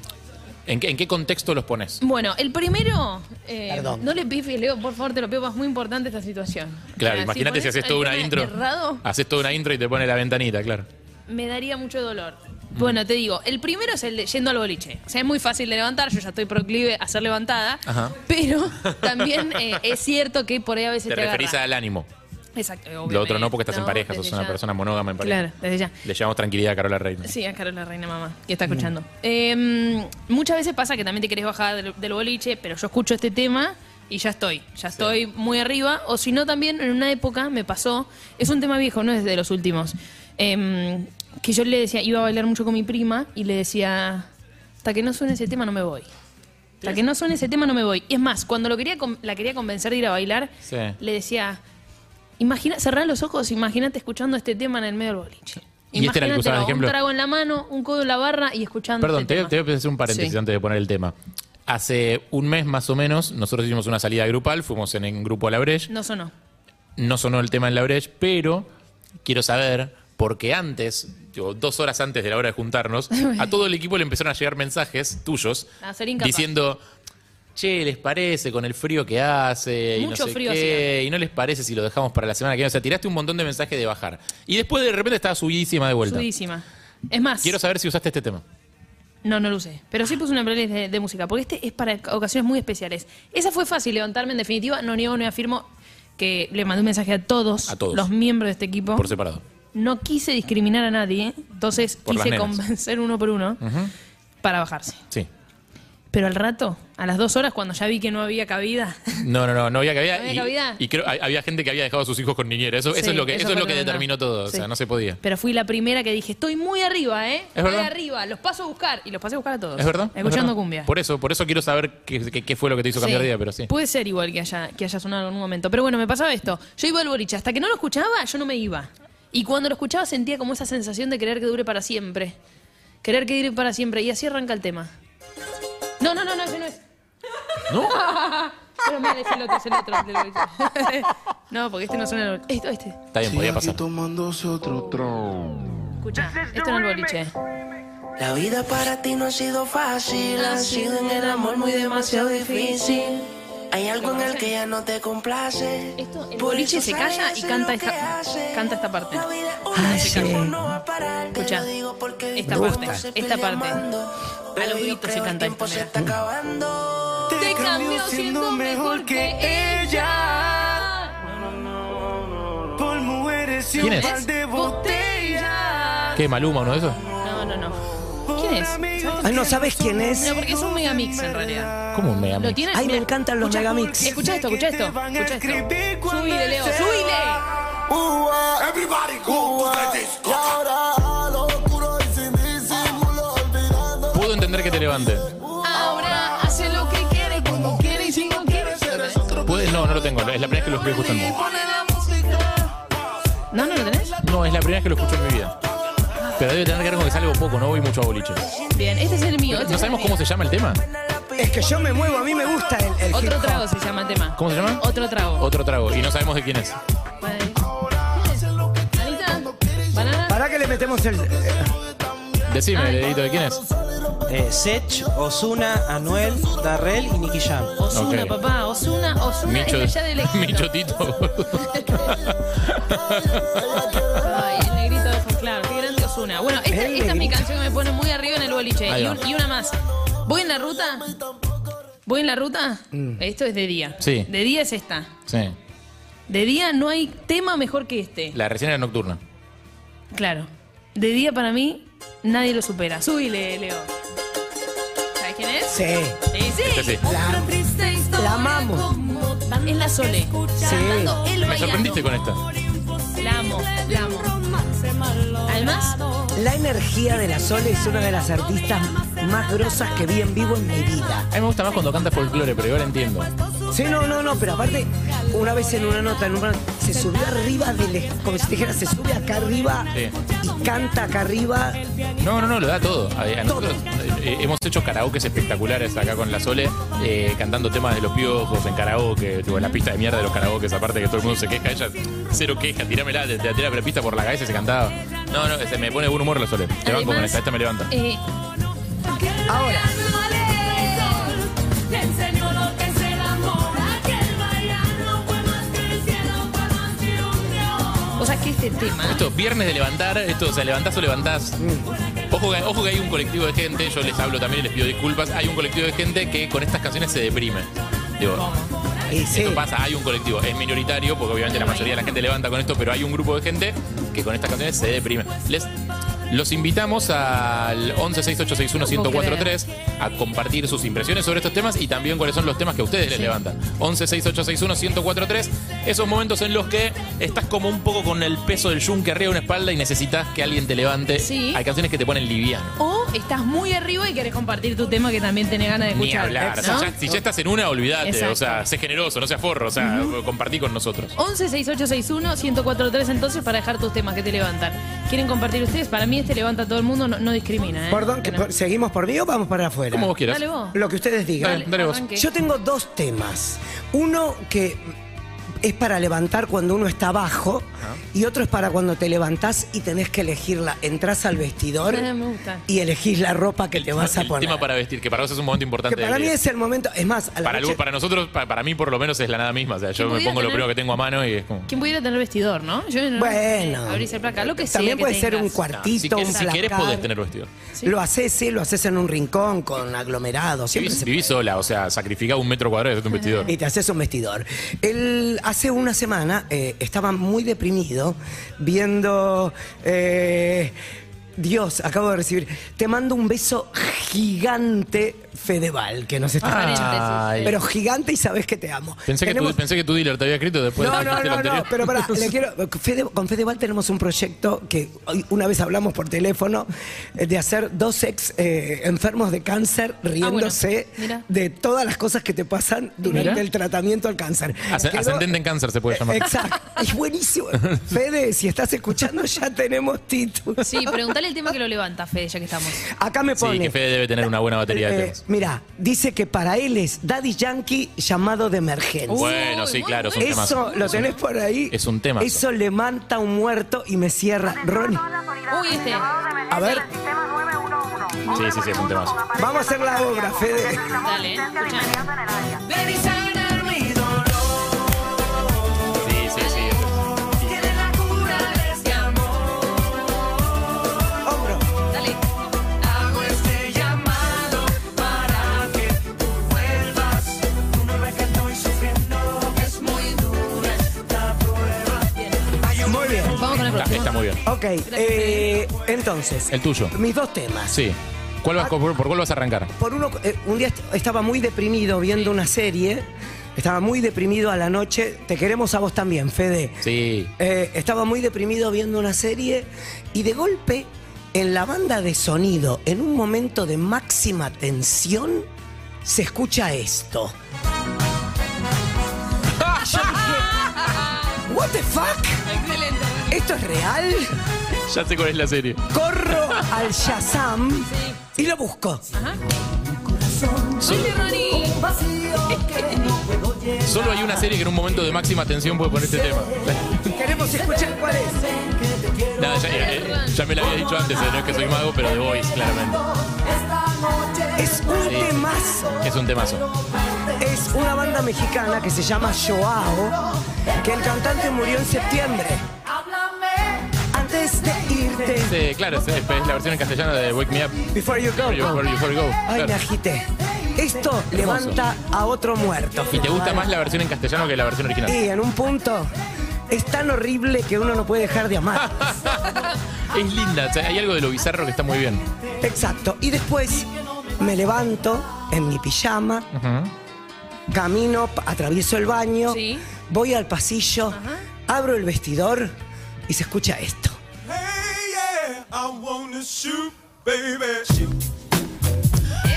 [SPEAKER 3] ¿en, qué, en qué contexto los pones?
[SPEAKER 4] Bueno, el primero. eh,
[SPEAKER 5] Perdón.
[SPEAKER 4] No le pifies, Leo, por favor, te lo pido, es muy importante esta situación.
[SPEAKER 3] Claro,
[SPEAKER 4] O sea,
[SPEAKER 3] imagínate si
[SPEAKER 4] pones
[SPEAKER 3] haces toda una
[SPEAKER 4] alguna
[SPEAKER 3] intro.
[SPEAKER 4] errado,
[SPEAKER 3] Haces toda una intro y te pone la ventanita, claro.
[SPEAKER 4] me daría mucho dolor. Bueno, te digo, el primero es el de yendo al boliche. O sea, es muy fácil de levantar, yo ya estoy proclive a ser levantada,
[SPEAKER 3] Ajá.
[SPEAKER 4] pero también eh, es cierto que por ahí a veces
[SPEAKER 3] Te
[SPEAKER 4] te,
[SPEAKER 3] referís
[SPEAKER 4] agarra.
[SPEAKER 3] al ánimo.
[SPEAKER 4] Exacto,
[SPEAKER 3] Lo otro no porque estás en pareja,
[SPEAKER 4] parejas
[SPEAKER 3] sos una persona monógama en pareja.
[SPEAKER 4] Claro, desde ya.
[SPEAKER 3] Le llevamos tranquilidad a Carola Reina. Mm.
[SPEAKER 4] Sí, a Carola Reina Mamá, que está escuchando. Eh, muchas veces pasa que también te querés bajar del, del boliche, pero yo escucho este tema y ya estoy, ya estoy muy arriba. O si no, también en una época me pasó, es un tema viejo, no es de los últimos, eh, que yo le decía, iba a bailar mucho con mi prima y le decía, hasta que no suene ese tema no me voy. Hasta que no suene ese tema no me voy. Y es más, cuando lo quería con- la quería convencer de ir a bailar,
[SPEAKER 3] Sí.
[SPEAKER 4] le decía, imagina, cerrá los ojos, imagínate escuchando este tema en el medio del boliche.
[SPEAKER 3] Y este era el que usabas de
[SPEAKER 4] Imagínatelo,
[SPEAKER 3] ejemplo.
[SPEAKER 4] Un trago en la mano, un codo en la barra y escuchando.
[SPEAKER 3] Perdón,
[SPEAKER 4] este
[SPEAKER 3] te,
[SPEAKER 4] tema.
[SPEAKER 3] te voy a hacer un paréntesis
[SPEAKER 4] Sí.
[SPEAKER 3] antes de poner el tema. Hace un mes más o menos, nosotros hicimos una salida grupal, fuimos en, en grupo a la Breche.
[SPEAKER 4] No sonó.
[SPEAKER 3] No sonó el tema en la Breche, pero quiero saber, porque antes, digo, dos horas antes de la hora de juntarnos, a todo el equipo le empezaron a llegar mensajes tuyos
[SPEAKER 4] A ser incapaz.
[SPEAKER 3] diciendo. Che, ¿les parece con el frío que hace? y no
[SPEAKER 4] Mucho
[SPEAKER 3] sé
[SPEAKER 4] frío
[SPEAKER 3] qué, y no les parece si lo dejamos para la semana que viene. O sea, tiraste un montón de mensajes de bajar. Y después de repente estaba subidísima de vuelta.
[SPEAKER 4] Sudísima. Es más,
[SPEAKER 3] Quiero saber si usaste este tema.
[SPEAKER 4] no, no lo usé. Pero sí puse una playlist de, de música, porque este es para ocasiones muy especiales. Esa fue fácil levantarme, en definitiva. No niego, no afirmo que le mandé un mensaje a todos,
[SPEAKER 3] A todos.
[SPEAKER 4] los miembros de este equipo.
[SPEAKER 3] Por separado.
[SPEAKER 4] No quise discriminar a nadie, entonces
[SPEAKER 3] Por las
[SPEAKER 4] quise
[SPEAKER 3] nenas.
[SPEAKER 4] convencer uno por uno para bajarse.
[SPEAKER 3] Sí.
[SPEAKER 4] Pero al rato, a las dos horas, cuando ya vi que no había cabida,
[SPEAKER 3] No, no, no, no había cabida.
[SPEAKER 4] No
[SPEAKER 3] y,
[SPEAKER 4] había cabida.
[SPEAKER 3] y creo hay- había gente que había dejado a sus hijos con niñera. Eso, eso
[SPEAKER 4] Sí,
[SPEAKER 3] es lo que,
[SPEAKER 4] eso
[SPEAKER 3] eso es
[SPEAKER 4] fue
[SPEAKER 3] lo que
[SPEAKER 4] tremendo.
[SPEAKER 3] determinó todo. O
[SPEAKER 4] Sí.
[SPEAKER 3] sea, no se podía.
[SPEAKER 4] pero fui la primera que dije, estoy muy arriba, ¿eh?
[SPEAKER 3] Es
[SPEAKER 4] muy
[SPEAKER 3] verdad.
[SPEAKER 4] arriba, los paso a buscar. Y los pasé a buscar a todos.
[SPEAKER 3] ¿Es verdad? es
[SPEAKER 4] Escuchando
[SPEAKER 3] verdad.
[SPEAKER 4] cumbia.
[SPEAKER 3] Por eso, por eso quiero saber qué, qué- qué fue lo que te hizo cambiar
[SPEAKER 4] Sí.
[SPEAKER 3] de idea, pero sí.
[SPEAKER 4] Puede ser igual que haya, que haya sonado en algún momento. Pero bueno, me pasaba esto. Yo iba al boliche. Hasta que no lo escuchaba, yo no me iba. Y cuando lo escuchaba sentía como esa sensación de querer que dure para siempre. Querer que dure para siempre. Y así arranca el tema. No, no, no, no, ese no es.
[SPEAKER 3] ¿No?
[SPEAKER 4] Pero mira, es el otro, es el otro. el del boliche. no, porque este no suena en el boliche. Esto, este.
[SPEAKER 3] Está bien, podía pasar.
[SPEAKER 4] Escucha, esto no es el boliche.
[SPEAKER 8] La vida para ti no ha sido fácil, ha sido en el amor muy demasiado difícil. Hay algo en el que ya no te complace.
[SPEAKER 4] Esto, el
[SPEAKER 8] Por
[SPEAKER 4] boliche
[SPEAKER 8] eso
[SPEAKER 4] se calla y
[SPEAKER 8] sabes
[SPEAKER 4] canta
[SPEAKER 8] lo que
[SPEAKER 4] esta,
[SPEAKER 8] haces.
[SPEAKER 4] canta esta parte.
[SPEAKER 8] La vida es una
[SPEAKER 4] Ay,
[SPEAKER 8] y el
[SPEAKER 4] sí.
[SPEAKER 8] tiempo no va a parar, te
[SPEAKER 4] Escucha,
[SPEAKER 8] lo digo porque
[SPEAKER 4] esta
[SPEAKER 8] vivimos
[SPEAKER 4] parte,
[SPEAKER 8] siempre
[SPEAKER 4] esta parte.
[SPEAKER 8] llamando.
[SPEAKER 4] A
[SPEAKER 8] Pero
[SPEAKER 4] los
[SPEAKER 8] yo
[SPEAKER 4] gritos
[SPEAKER 8] creo
[SPEAKER 4] se
[SPEAKER 8] el
[SPEAKER 4] canta
[SPEAKER 8] tiempo
[SPEAKER 4] esta,
[SPEAKER 8] se
[SPEAKER 4] mira.
[SPEAKER 8] está acabando.
[SPEAKER 4] Te cambió siendo mejor que ella.
[SPEAKER 3] ¿Quién es? ¿Qué? ¿Maluma uno de esos?
[SPEAKER 4] No, no, no. ¿Quién es?
[SPEAKER 5] Ah, no, ¿sabes quién es?
[SPEAKER 4] No, porque es un megamix en realidad.
[SPEAKER 3] ¿Cómo un mega
[SPEAKER 4] Lo tiene.
[SPEAKER 5] Ay, me
[SPEAKER 4] mira,
[SPEAKER 5] encantan los
[SPEAKER 4] escuchá,
[SPEAKER 5] megamix.
[SPEAKER 4] Escucha esto, escucha esto. Escucha esto. Subile, Leo, subile.
[SPEAKER 3] Pudo entender que te levante.
[SPEAKER 4] Ahora hace lo que quiere, como quiere y si no quiere.
[SPEAKER 3] ¿Puede? No, no lo tengo. Es la primera vez que lo escucho escuchando.
[SPEAKER 4] No, no lo tenés.
[SPEAKER 3] No, es la primera vez que lo escucho en mi vida. Pero debe tener que ver con que salgo poco, no voy mucho a boliche.
[SPEAKER 4] Bien, este es el mío.
[SPEAKER 3] ¿No
[SPEAKER 4] este es el
[SPEAKER 3] sabemos
[SPEAKER 4] mío.
[SPEAKER 3] cómo se llama el tema?
[SPEAKER 5] Es que yo me muevo, a mí me gusta el, el hip
[SPEAKER 4] Otro
[SPEAKER 5] hop.
[SPEAKER 4] trago se llama el tema.
[SPEAKER 3] ¿Cómo se llama?
[SPEAKER 4] Otro trago.
[SPEAKER 3] Otro trago. Y no sabemos de quién es.
[SPEAKER 4] Vale. Anita, banana.
[SPEAKER 5] Pará que le metemos el... eh,
[SPEAKER 3] Decime, dedito, ¿de quién es?
[SPEAKER 6] Eh, Sech, Osuna, Anuel, Darrell y Nicky Jam.
[SPEAKER 4] Osuna,
[SPEAKER 3] Ok.
[SPEAKER 4] papá. Osuna, Osuna
[SPEAKER 3] Micho,
[SPEAKER 4] es allá del
[SPEAKER 3] Micho Tito.
[SPEAKER 4] Ay, el negrito de Claro, qué grande Osuna. Bueno, esta,
[SPEAKER 5] El
[SPEAKER 4] esta es mi
[SPEAKER 5] negrito.
[SPEAKER 4] canción que me pone muy arriba en el boliche.
[SPEAKER 3] Ahí
[SPEAKER 4] Y,
[SPEAKER 3] va.
[SPEAKER 4] un- y una más. ¿Voy en la ruta? ¿Voy en la ruta? Esto es de día.
[SPEAKER 3] Mm. Sí.
[SPEAKER 4] De día es esta.
[SPEAKER 3] sí.
[SPEAKER 4] De día no hay tema mejor que este.
[SPEAKER 3] La recién era nocturna.
[SPEAKER 4] Claro. De día para mí nadie lo supera. Súbile, Leo. ¿Sabes quién es?
[SPEAKER 5] Sí.
[SPEAKER 4] Eh, sí.
[SPEAKER 3] Este sí.
[SPEAKER 5] La- la amamos.
[SPEAKER 4] Es la Sole. Cantando el
[SPEAKER 3] Me sorprendiste con esta.
[SPEAKER 4] La amo, la amo. Además,
[SPEAKER 5] La energía de la Sole es una de las artistas más grosas que vi en vivo en mi vida.
[SPEAKER 3] A mí me gusta más cuando canta folclore, pero igual entiendo.
[SPEAKER 5] Sí, no, no, no, pero aparte, una vez en una nota, en una- se subió arriba del. es- Como si te dijera, se sube acá arriba
[SPEAKER 3] Sí.
[SPEAKER 5] y canta acá arriba.
[SPEAKER 3] No, no, no, lo da todo. A, a nosotros eh, hemos hecho karaokes espectaculares acá con la Sole, eh, cantando temas de los piojos en karaoke, tipo, en la pista de mierda de los karaokes, aparte que todo el mundo se queja, ella cero queja, tirámela, te, te la pista por la cabeza y se cantaba. No, no, se me pone buen humor la Sole. Te banco con
[SPEAKER 4] Además,
[SPEAKER 3] esta, esta me levanta.
[SPEAKER 4] eh,
[SPEAKER 5] Ahora.
[SPEAKER 4] o sea que este tema.
[SPEAKER 3] Esto, viernes de levantar, esto, o sea, levantás o levantás. Ojo que, ojo que hay un colectivo de gente, yo les hablo también y les pido disculpas, hay un colectivo de gente que con estas canciones se deprime. Digo,
[SPEAKER 5] Y sí,
[SPEAKER 3] Esto pasa, hay un colectivo, es minoritario, porque obviamente la mayoría de la gente levanta con esto, pero hay un grupo de gente que con estas canciones se deprime. Les, los invitamos al 1168611043 a compartir sus impresiones sobre estos temas y también cuáles son los temas que a ustedes les levantan. 1168611043, esos momentos en los que estás como un poco con el peso del yunque arriba de una espalda y necesitas que alguien te levante.
[SPEAKER 4] Sí.
[SPEAKER 3] Hay canciones que te ponen liviano.
[SPEAKER 4] O estás muy arriba y querés compartir tu tema que también tenés ganas de
[SPEAKER 3] Ni
[SPEAKER 4] escuchar.
[SPEAKER 3] hablar. O sea,
[SPEAKER 4] ¿no?
[SPEAKER 3] ya- si ya estás en una, olvídate. O sea,
[SPEAKER 4] Exacto.
[SPEAKER 3] sé generoso, no seas forro. O sea, compartí con nosotros.
[SPEAKER 4] 11 6861 1043 entonces para dejar tus temas que te levantan. ¿Quieren compartir ustedes? Para mí este levanta a todo el mundo, no, no discrimina. ¿eh?
[SPEAKER 5] Perdón, que
[SPEAKER 4] Bueno.
[SPEAKER 5] por- ¿seguimos por mí o vamos para afuera?
[SPEAKER 3] Como vos quieras.
[SPEAKER 4] Dale vos.
[SPEAKER 5] Lo que ustedes digan.
[SPEAKER 3] Dale, dale vos.
[SPEAKER 4] arranque.
[SPEAKER 5] Yo tengo dos temas. Uno que es para levantar cuando uno está abajo y otro es para cuando te levantás y tenés que elegirla. Entrás al vestidor
[SPEAKER 4] Ah, me gusta.
[SPEAKER 5] y elegís la ropa que te vas a
[SPEAKER 3] el
[SPEAKER 5] poner.
[SPEAKER 3] tema para vestir, que para vos es un momento
[SPEAKER 5] que
[SPEAKER 3] importante.
[SPEAKER 5] para
[SPEAKER 3] del
[SPEAKER 5] mí
[SPEAKER 3] día.
[SPEAKER 5] es el momento, es más, a la
[SPEAKER 3] para,
[SPEAKER 5] noche-
[SPEAKER 3] algo- para nosotros, para, para mí por lo menos es la nada misma. O sea, yo
[SPEAKER 4] ¿Quién
[SPEAKER 3] me
[SPEAKER 4] pudiera
[SPEAKER 3] pongo lo
[SPEAKER 4] tener-
[SPEAKER 3] primero que tengo a mano y es como.
[SPEAKER 4] ¿Quién pudiera tener vestidor, no? Yo no-
[SPEAKER 5] Bueno.
[SPEAKER 4] Abrís el placar, lo que sea
[SPEAKER 5] También
[SPEAKER 4] que
[SPEAKER 5] puede ser un
[SPEAKER 4] tengas.
[SPEAKER 5] cuartito,
[SPEAKER 3] Ah, Si, que-
[SPEAKER 5] un
[SPEAKER 3] si
[SPEAKER 5] placar.
[SPEAKER 3] querés podés tener vestido.
[SPEAKER 4] Sí.
[SPEAKER 5] Lo haces, sí, lo haces en un rincón con aglomerados. Siempre
[SPEAKER 3] Vivís,
[SPEAKER 5] se
[SPEAKER 3] vivís sola, o sea, sacrificá un metro cuadrado y hacete un vestidor.
[SPEAKER 5] Y te haces un vestidor. Él hace una semana eh, estaba muy deprimido viendo eh, Dios, acabo de recibir. Te mando un beso gigante, Fedeval, que nos está
[SPEAKER 4] Ah,
[SPEAKER 5] escuchando.
[SPEAKER 3] sí, sí.
[SPEAKER 5] Pero gigante y sabes que te amo.
[SPEAKER 3] Pensé, que
[SPEAKER 5] Tenemos-
[SPEAKER 3] tu, pensé que tu dealer te había escrito después
[SPEAKER 5] no,
[SPEAKER 3] de que
[SPEAKER 5] no,
[SPEAKER 3] dijiste lo
[SPEAKER 5] no, no,
[SPEAKER 3] anterior.
[SPEAKER 5] pero pará, le quiero, Fede- con Fedeval tenemos un proyecto que hoy- una vez hablamos por teléfono eh, de hacer dos ex eh, enfermos de cáncer riéndose
[SPEAKER 4] mira.
[SPEAKER 5] de todas las cosas que te pasan durante
[SPEAKER 3] Mira.
[SPEAKER 5] el tratamiento al cáncer.
[SPEAKER 3] Asc-
[SPEAKER 5] Quedó-
[SPEAKER 3] ascendente en cáncer se puede llamar.
[SPEAKER 5] Exacto, es buenísimo. Fede, si estás escuchando ya tenemos título.
[SPEAKER 4] Sí, preguntale el tema que lo levanta, Fede, ya que estamos.
[SPEAKER 5] Acá me pone. Eh,
[SPEAKER 3] Sí, que Fede debe tener una buena batería de temas.
[SPEAKER 5] mira, dice que para él es Daddy Yankee llamado de emergencia.
[SPEAKER 3] Bueno, sí,
[SPEAKER 4] muy
[SPEAKER 3] claro, es un tema.
[SPEAKER 5] Eso lo tenés por ahí.
[SPEAKER 3] Es un temazo.
[SPEAKER 5] Eso levanta un muerto y me cierra. Ronnie,
[SPEAKER 4] Uy, este.
[SPEAKER 5] a ver,
[SPEAKER 3] Sí, sí, sí, es un temazo.
[SPEAKER 5] vamos a hacer la obra, Fede.
[SPEAKER 4] Dale, escuchá.
[SPEAKER 8] Ven y sanar mi dolor.
[SPEAKER 3] Sí, sí, sí.
[SPEAKER 8] Tiene la cura de este amor.
[SPEAKER 5] Hombro.
[SPEAKER 4] Dale.
[SPEAKER 8] Hago este llamado para que tú vuelvas. Tú no ves que estoy sufriendo, que es muy dura esta prueba.
[SPEAKER 5] Muy bien.
[SPEAKER 4] Vamos con el
[SPEAKER 3] Está,
[SPEAKER 4] próximo.
[SPEAKER 3] está muy bien.
[SPEAKER 5] Ok, eh, entonces,
[SPEAKER 3] El tuyo.
[SPEAKER 5] mis dos temas.
[SPEAKER 3] Sí. ¿Cuál
[SPEAKER 5] Ah.
[SPEAKER 3] vas- por, por cuál vas a arrancar?
[SPEAKER 5] Por uno, eh, un día est- estaba muy deprimido viendo una serie. Estaba muy deprimido a la noche. Te queremos a vos también, Fede.
[SPEAKER 3] Sí.
[SPEAKER 5] Eh, estaba muy deprimido viendo una serie y de golpe en la banda de sonido, en un momento de máxima tensión, se escucha esto. Yo dije, What the fuck?
[SPEAKER 4] Excelente.
[SPEAKER 5] ¿Esto es real?
[SPEAKER 3] Ya sé cuál es la serie.
[SPEAKER 5] Corro al Shazam y lo busco.
[SPEAKER 4] Dale, Ronnie.
[SPEAKER 3] Solo hay una serie que en un momento de máxima tensión puede poner este tema.
[SPEAKER 5] Queremos escuchar cuál es.
[SPEAKER 3] Nada, ya, eh, eh, ya me lo había dicho antes, eh, no es que soy mago, pero de Voice, claramente.
[SPEAKER 5] Es un
[SPEAKER 3] Sí.
[SPEAKER 5] temazo.
[SPEAKER 3] Es un temazo.
[SPEAKER 5] Es una banda mexicana que se llama Joao, que el cantante murió en septiembre. Antes de irte.
[SPEAKER 3] Sí, claro, es, es la versión en castellano de Wake Me Up.
[SPEAKER 5] Before you go.
[SPEAKER 3] Before you, before you go.
[SPEAKER 5] Ay, me
[SPEAKER 3] claro.
[SPEAKER 5] agité. Esto levanta a otro muerto.
[SPEAKER 3] ¿Y te gusta más la versión en castellano que la versión original?
[SPEAKER 5] Y en un punto es tan horrible que uno no puede dejar de amar.
[SPEAKER 3] Es linda, o sea, hay algo de lo bizarro que está muy bien.
[SPEAKER 5] Exacto. Y después me levanto en mi pijama, camino, pa- atravieso el baño,
[SPEAKER 4] Sí.
[SPEAKER 5] voy al pasillo, abro el vestidor y se escucha esto.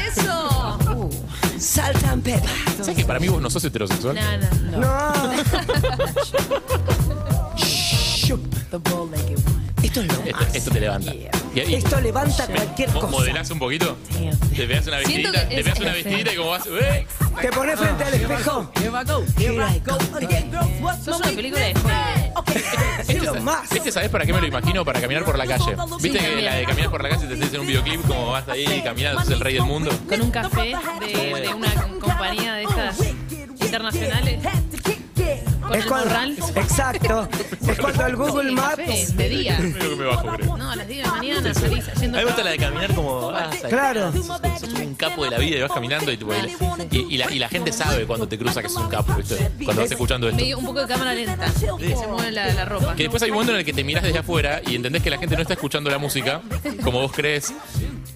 [SPEAKER 4] Eso.
[SPEAKER 5] Salta and pepper.
[SPEAKER 3] ¿Sabes que para mí vos no sos heterosexual?
[SPEAKER 4] Nada, no.
[SPEAKER 5] No. Shup. Esto es lo
[SPEAKER 3] Esto,
[SPEAKER 5] más.
[SPEAKER 3] esto te levanta. Y, y-
[SPEAKER 5] Esto levanta cualquier
[SPEAKER 3] mo-
[SPEAKER 5] cosa.
[SPEAKER 3] modelás un poquito? Te veas una vestidita,
[SPEAKER 4] Siento que
[SPEAKER 3] te
[SPEAKER 4] es-
[SPEAKER 3] veas una
[SPEAKER 4] es-
[SPEAKER 3] vestidita y como vas. ¡eh!
[SPEAKER 5] Te pones frente al espejo.
[SPEAKER 4] Sos una película de Hollywood.
[SPEAKER 5] Es lo más.
[SPEAKER 3] Este, ¿sabes para qué me lo imagino? Para caminar por la calle. ¿Viste
[SPEAKER 4] Sí,
[SPEAKER 3] que
[SPEAKER 4] también.
[SPEAKER 3] la de caminar por la calle te haces en un videoclip como vas ahí caminando, sos el rey del mundo?
[SPEAKER 4] Con un café de, de una compañía de estas internacionales. Con
[SPEAKER 5] Es
[SPEAKER 4] el
[SPEAKER 5] cuando,
[SPEAKER 4] morral.
[SPEAKER 5] exacto. Es cuando el Google
[SPEAKER 4] Sí,
[SPEAKER 5] Maps.
[SPEAKER 4] café, de día.
[SPEAKER 3] Creo que me bajo, creo.
[SPEAKER 4] No, a las 10 de la mañana salís
[SPEAKER 3] A
[SPEAKER 4] haciendo.
[SPEAKER 3] mí me gusta la de caminar como. vas ahí,
[SPEAKER 5] Claro.
[SPEAKER 3] sos- sos un capo de la vida y vas caminando y, tipo, y, la- y- y la, y la gente sabe cuando te cruza que sos un capo, ¿viste? Cuando vas escuchando esto.
[SPEAKER 4] Medio- un poco de cámara lenta. Se mueve la, la ropa.
[SPEAKER 3] Que después hay un momento en el que te mirás desde afuera y entendés que la gente no está escuchando la música como vos crees.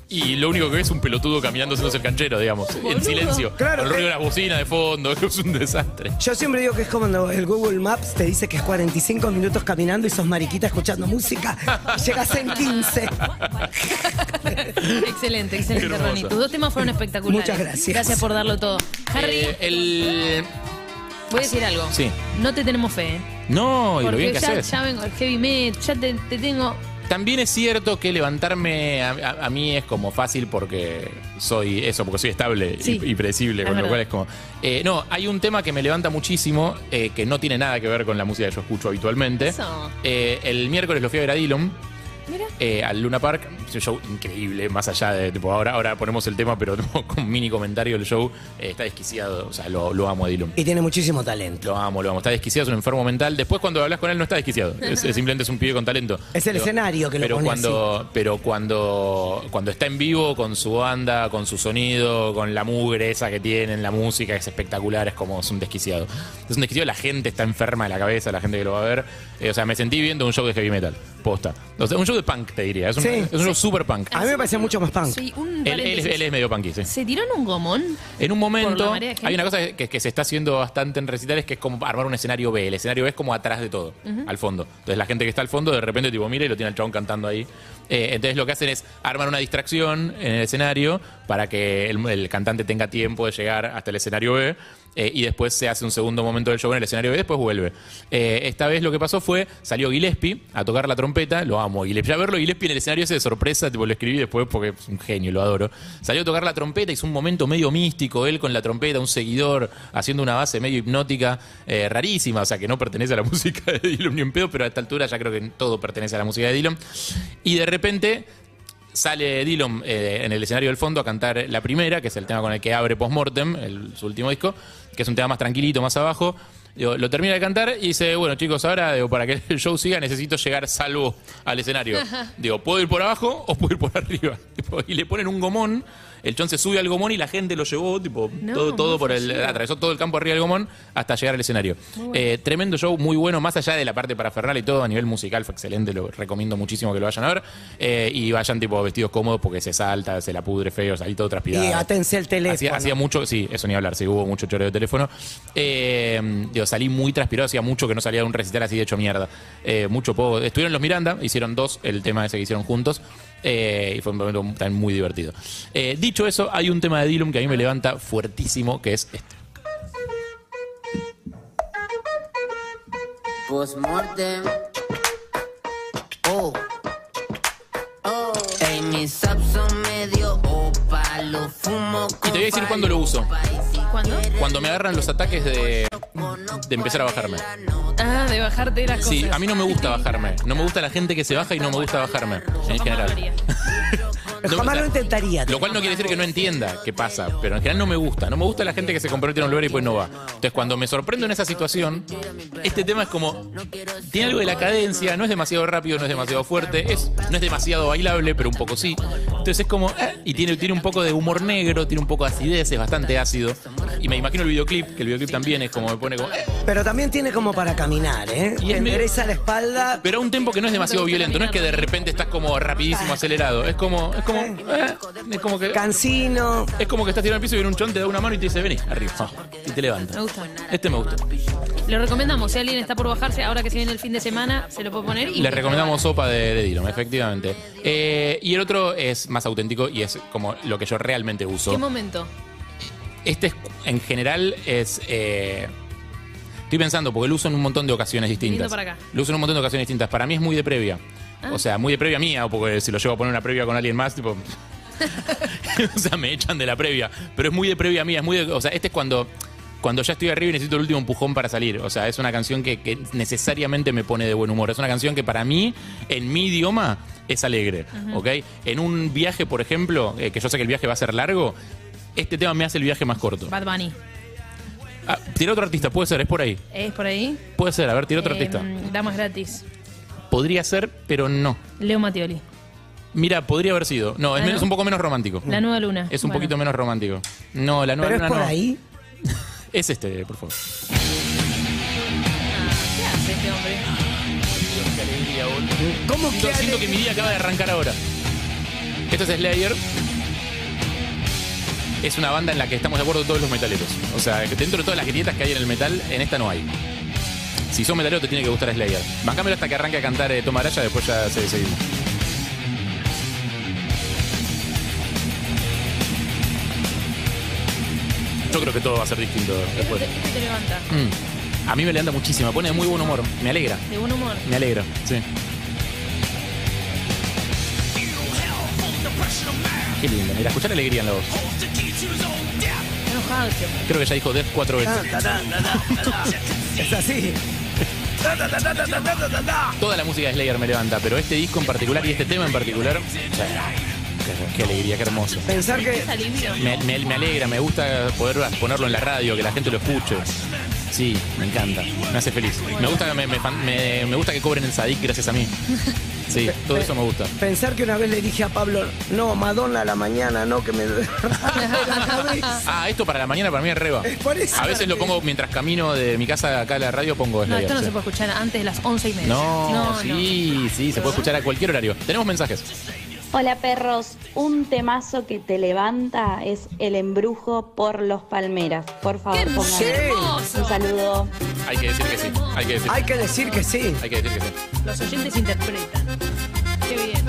[SPEAKER 3] Y lo único que ves es un pelotudo caminando haciéndose el canchero, digamos, en silencio.
[SPEAKER 5] Claro,
[SPEAKER 3] Con el ruido de las bocinas de fondo, es un desastre.
[SPEAKER 5] Yo siempre digo que es como cuando el Google Maps te dice que es 45 minutos caminando y sos mariquita escuchando música. Y llegas en 15.
[SPEAKER 4] excelente, excelente,
[SPEAKER 3] Hermoso.
[SPEAKER 4] Ronnie. Tus dos temas fueron espectaculares.
[SPEAKER 5] Muchas gracias.
[SPEAKER 4] Gracias por darlo todo. Harry,
[SPEAKER 3] Eh, el.
[SPEAKER 4] voy a decir algo.
[SPEAKER 3] Sí.
[SPEAKER 4] No te tenemos fe. ¿eh?
[SPEAKER 3] No, y lo
[SPEAKER 4] Porque
[SPEAKER 3] bien que
[SPEAKER 4] ya,
[SPEAKER 3] haces. ¿Eh?
[SPEAKER 4] ya vengo al heavy metal, ya te, te tengo.
[SPEAKER 3] También es cierto que levantarme a, a- a mí es como fácil porque soy eso, porque soy estable y-
[SPEAKER 4] Sí.
[SPEAKER 3] y, predecible,
[SPEAKER 4] Es
[SPEAKER 3] con lo
[SPEAKER 4] verdad.
[SPEAKER 3] cual es como... Eh, no, hay un tema que me levanta muchísimo, eh, que no tiene nada que ver con la música que yo escucho habitualmente.
[SPEAKER 4] Eso.
[SPEAKER 3] Eh, el miércoles lo fui a ver a Dillon.
[SPEAKER 4] Mira.
[SPEAKER 3] eh, al Luna Park, es un show increíble, más allá de tipo, ahora, ahora ponemos el tema, pero tipo, con mini comentario del show, eh, está desquiciado, o sea, lo, lo amo a Dillon.
[SPEAKER 5] Y tiene muchísimo talento.
[SPEAKER 3] Lo amo, lo amo. Está desquiciado, es un enfermo mental. Después cuando hablas con él no está desquiciado. Es, es simplemente es un pibe con talento.
[SPEAKER 5] Es el escenario que lo
[SPEAKER 3] pero
[SPEAKER 5] pone
[SPEAKER 3] cuando, Pero cuando, cuando está en vivo, con su banda, con su sonido, con la mugre esa que tienen, la música que es espectacular, es como es un desquiciado. Es un desquiciado, la gente está enferma de la cabeza, la gente que lo va a ver. Eh, o sea, me sentí viendo un show de heavy metal. Posta. O sea, un show de punk, te diría. Es un,
[SPEAKER 5] Sí.
[SPEAKER 3] es un show super punk.
[SPEAKER 5] A mí me parece mucho más punk.
[SPEAKER 4] Sí,
[SPEAKER 3] Él, él
[SPEAKER 4] un
[SPEAKER 3] es-
[SPEAKER 4] paréntesis.
[SPEAKER 3] él es medio punky, sí.
[SPEAKER 4] ¿Se tiraron un gomón?
[SPEAKER 3] En un
[SPEAKER 4] Por la
[SPEAKER 3] momento,
[SPEAKER 4] marea de gente.
[SPEAKER 3] hay una cosa que, que se está haciendo bastante en recitales, que es como armar un escenario B. El escenario B es como atrás de todo, al fondo. Entonces la gente que está al fondo de repente tipo mira y lo tiene el chabón cantando ahí. Eh, entonces lo que hacen es armar una distracción en el escenario para que el, el cantante tenga tiempo de llegar hasta el escenario B. eh, y después se hace un segundo momento del show en el escenario B, después vuelve. Eh, esta vez lo que pasó fue, salió Gillespie a tocar la trompeta, lo amo. Gillespie, ya verlo, Gillespie en el escenario ese de sorpresa, tipo lo escribí después porque es un genio, lo adoro. Salió a tocar la trompeta, hizo un momento medio místico, él con la trompeta, un seguidor, haciendo una base medio hipnótica, eh, rarísima, o sea que no pertenece a la música de Dylan ni en pedo, pero a esta altura ya creo que todo pertenece a la música de Dylan. Y de repente Sale Dillon eh, en el escenario del fondo a cantar la primera, que es el tema con el que abre Postmortem, el- su último disco, que es un tema más tranquilito, más abajo. Digo, lo termina de cantar y dice, bueno chicos, ahora digo, para que el show siga necesito llegar salvo al escenario. Digo, ¿puedo ir por abajo o puedo ir por arriba? Tipo, y le ponen un gomón, el chon se sube al gomón y la gente lo llevó, tipo,
[SPEAKER 4] No,
[SPEAKER 3] todo, todo
[SPEAKER 4] muy
[SPEAKER 3] por el,
[SPEAKER 4] flasero.
[SPEAKER 3] atravesó todo el campo arriba del gomón hasta llegar al escenario. Eh, tremendo show, muy bueno, más allá de la parte parafernal y todo, a nivel musical fue excelente, lo recomiendo muchísimo que lo vayan a ver. Eh, y vayan tipo vestidos cómodos porque se salta, se la pudre feo, salí todo transpirado.
[SPEAKER 5] Y atense el teléfono.
[SPEAKER 3] Hacía, hacía mucho, sí, eso ni hablar, sí, hubo mucho choreo de teléfono. Eh, digo, salí muy transpirado, hacía mucho que no salía de un recital así de hecho mierda. Eh, mucho poco. Estuvieron los Miranda, hicieron dos, el tema ese que hicieron juntos. eh, y fue un momento también muy divertido. Eh, dicho eso, hay un tema de Dillum que a mí me levanta fuertísimo, que es este.
[SPEAKER 9] Postmortem. Oh. Oh. Ey, mis subs son medio opa, lo fumo con
[SPEAKER 3] Y te voy a decir cuándo lo uso.
[SPEAKER 4] ¿Cuándo?
[SPEAKER 3] Cuando me agarran los ataques de, de empezar a bajarme.
[SPEAKER 4] Ah, de bajarte de las cosas.
[SPEAKER 3] Sí, a mí no me gusta bajarme. No me gusta la gente que se baja y no me gusta bajarme, en general. No,
[SPEAKER 5] Jamás
[SPEAKER 3] o sea,
[SPEAKER 5] lo intentaría.
[SPEAKER 3] Lo cual no quiere decir que no entienda qué pasa, pero en general no me gusta. No me gusta la gente que se compromete en un lugar y pues no va. Entonces, cuando me sorprendo en esa situación, este tema es como. Tiene algo de la cadencia, no es demasiado rápido, no es demasiado fuerte, es, no es demasiado bailable, pero un poco sí. Entonces es como. eh, y tiene, tiene un poco de humor negro, tiene un poco de acidez, es bastante ácido. Y me imagino el videoclip, que el videoclip también es como me pone como. eh,
[SPEAKER 5] Pero también tiene como para caminar, ¿eh?
[SPEAKER 3] Y
[SPEAKER 5] Y
[SPEAKER 3] es medio-
[SPEAKER 5] endereza la espalda.
[SPEAKER 3] pero a un tempo que no es demasiado violento, no es que de repente estás como rapidísimo acelerado, es como. Es como. eh, es como que.
[SPEAKER 5] Cansino.
[SPEAKER 3] Es como que estás tirando al piso y viene un chon, te da una mano y te dice, vení, arriba. Ah, Y te levanta.
[SPEAKER 4] Me gusta.
[SPEAKER 3] Este me gusta.
[SPEAKER 4] Lo recomendamos. Si alguien está por bajarse, ahora que se viene el fin de semana, se lo puede poner. Y
[SPEAKER 3] Les recomendamos Sopa de, de Dillom, efectivamente. Eh, y el otro es más auténtico y es como lo que yo realmente uso.
[SPEAKER 4] ¿Qué momento?
[SPEAKER 3] Este es- en general es... eh, Estoy pensando, porque lo uso en un montón de ocasiones distintas.
[SPEAKER 4] para acá. Ah.
[SPEAKER 3] Lo uso en un montón de ocasiones distintas. Para mí es muy de previa. O sea, muy de previa mía, porque si lo llevo a poner una previa con alguien más, tipo... o sea, me echan de la previa. Pero es muy de previa mía, es muy de- O sea, este es cuando. Cuando ya estoy arriba y necesito el último empujón para salir. O sea, es una canción que, que necesariamente me pone de buen humor. Es una canción que para mí, en mi idioma, es alegre. ¿Ok? En un viaje, por ejemplo, eh, que yo sé que el viaje va a ser largo, este tema me hace el viaje más corto.
[SPEAKER 4] Bad Bunny.
[SPEAKER 3] Ah, tira otro artista, puede ser, es por ahí.
[SPEAKER 4] ¿Es por ahí?
[SPEAKER 3] Puede ser, a ver, tira otro
[SPEAKER 4] Eh,
[SPEAKER 3] artista.
[SPEAKER 4] Damas gratis.
[SPEAKER 3] Podría ser, pero no.
[SPEAKER 4] Leo Matioli.
[SPEAKER 3] Mira, podría haber sido. No, es,
[SPEAKER 4] Ah,
[SPEAKER 3] menos-
[SPEAKER 4] no.
[SPEAKER 3] es un poco menos romántico.
[SPEAKER 4] La nueva luna.
[SPEAKER 3] Mm. Es un
[SPEAKER 4] Bueno.
[SPEAKER 3] poquito menos romántico. No, la nueva
[SPEAKER 5] Pero
[SPEAKER 3] luna
[SPEAKER 5] es por
[SPEAKER 3] no.
[SPEAKER 5] ahí.
[SPEAKER 3] Es este, por favor.
[SPEAKER 4] Ah, ¿Qué hace este hombre?
[SPEAKER 5] ¿Cómo
[SPEAKER 3] Yo
[SPEAKER 5] que
[SPEAKER 3] siento
[SPEAKER 5] ale-
[SPEAKER 3] que mi día acaba de arrancar ahora. Esto es Slayer. Es una banda en la que estamos de acuerdo todos los metaleros. O sea, que dentro de todas las grietas que hay en el metal, en esta no hay. Si sos metalero te tiene que gustar Slayer. Bancámelo hasta que arranque a cantar eh, Tom Araya, después ya se seguimos. Yo creo que todo va a ser distinto después.
[SPEAKER 4] Este te levanta.
[SPEAKER 3] Mm. A mí me levanta muchísimo, me pone de muy buen humor, me alegra.
[SPEAKER 4] De buen humor.
[SPEAKER 3] Me alegro, sí. Qué lindo, mira, escuchar alegría en la voz.
[SPEAKER 4] Está enojado este hombre.
[SPEAKER 3] Creo que ya dijo Death cuatro veces.
[SPEAKER 5] Ta, ta, ta, ta, ta, ta. Es así. Ta, ta, ta, ta, ta, ta, ta, ta, ta.
[SPEAKER 3] Toda la música de Slayer me levanta, pero este disco en particular y este tema en particular. qué- Qué alegría, qué hermoso.
[SPEAKER 5] Pensar que
[SPEAKER 4] Es alivio.
[SPEAKER 3] Me, me- me alegra, me gusta poder ponerlo en la radio, que la gente lo escuche. Sí,
[SPEAKER 10] Me encanta.
[SPEAKER 3] me hace feliz. Me gusta, me, me fan- me- me gusta que cobren en Sadik gracias a mí. Sí, todo eso me gusta.
[SPEAKER 5] Pensar que una vez le dije a Pablo, no, Madonna a la mañana, no, que me duele la cabeza.
[SPEAKER 3] Ah, esto para la mañana para mí es reba.
[SPEAKER 5] Es por eso.
[SPEAKER 3] A veces lo pongo mientras camino de mi casa acá a la radio, pongo
[SPEAKER 4] No,
[SPEAKER 3] Slayer,
[SPEAKER 4] esto no
[SPEAKER 3] sí.
[SPEAKER 4] se puede escuchar antes de las once y media.
[SPEAKER 3] No, sí, sí, se puede escuchar a cualquier horario. Tenemos mensajes.
[SPEAKER 2] Hola perros, un temazo que te levanta es El embrujo por los palmeras. Por favor,
[SPEAKER 4] ¡Qué
[SPEAKER 2] pongan
[SPEAKER 4] hermoso!
[SPEAKER 2] un saludo.
[SPEAKER 3] Hay que decir que sí, hay que decir,
[SPEAKER 5] Hay que decir que sí.
[SPEAKER 3] hay que, decir que sí.
[SPEAKER 4] Los oyentes interpretan. Qué bien.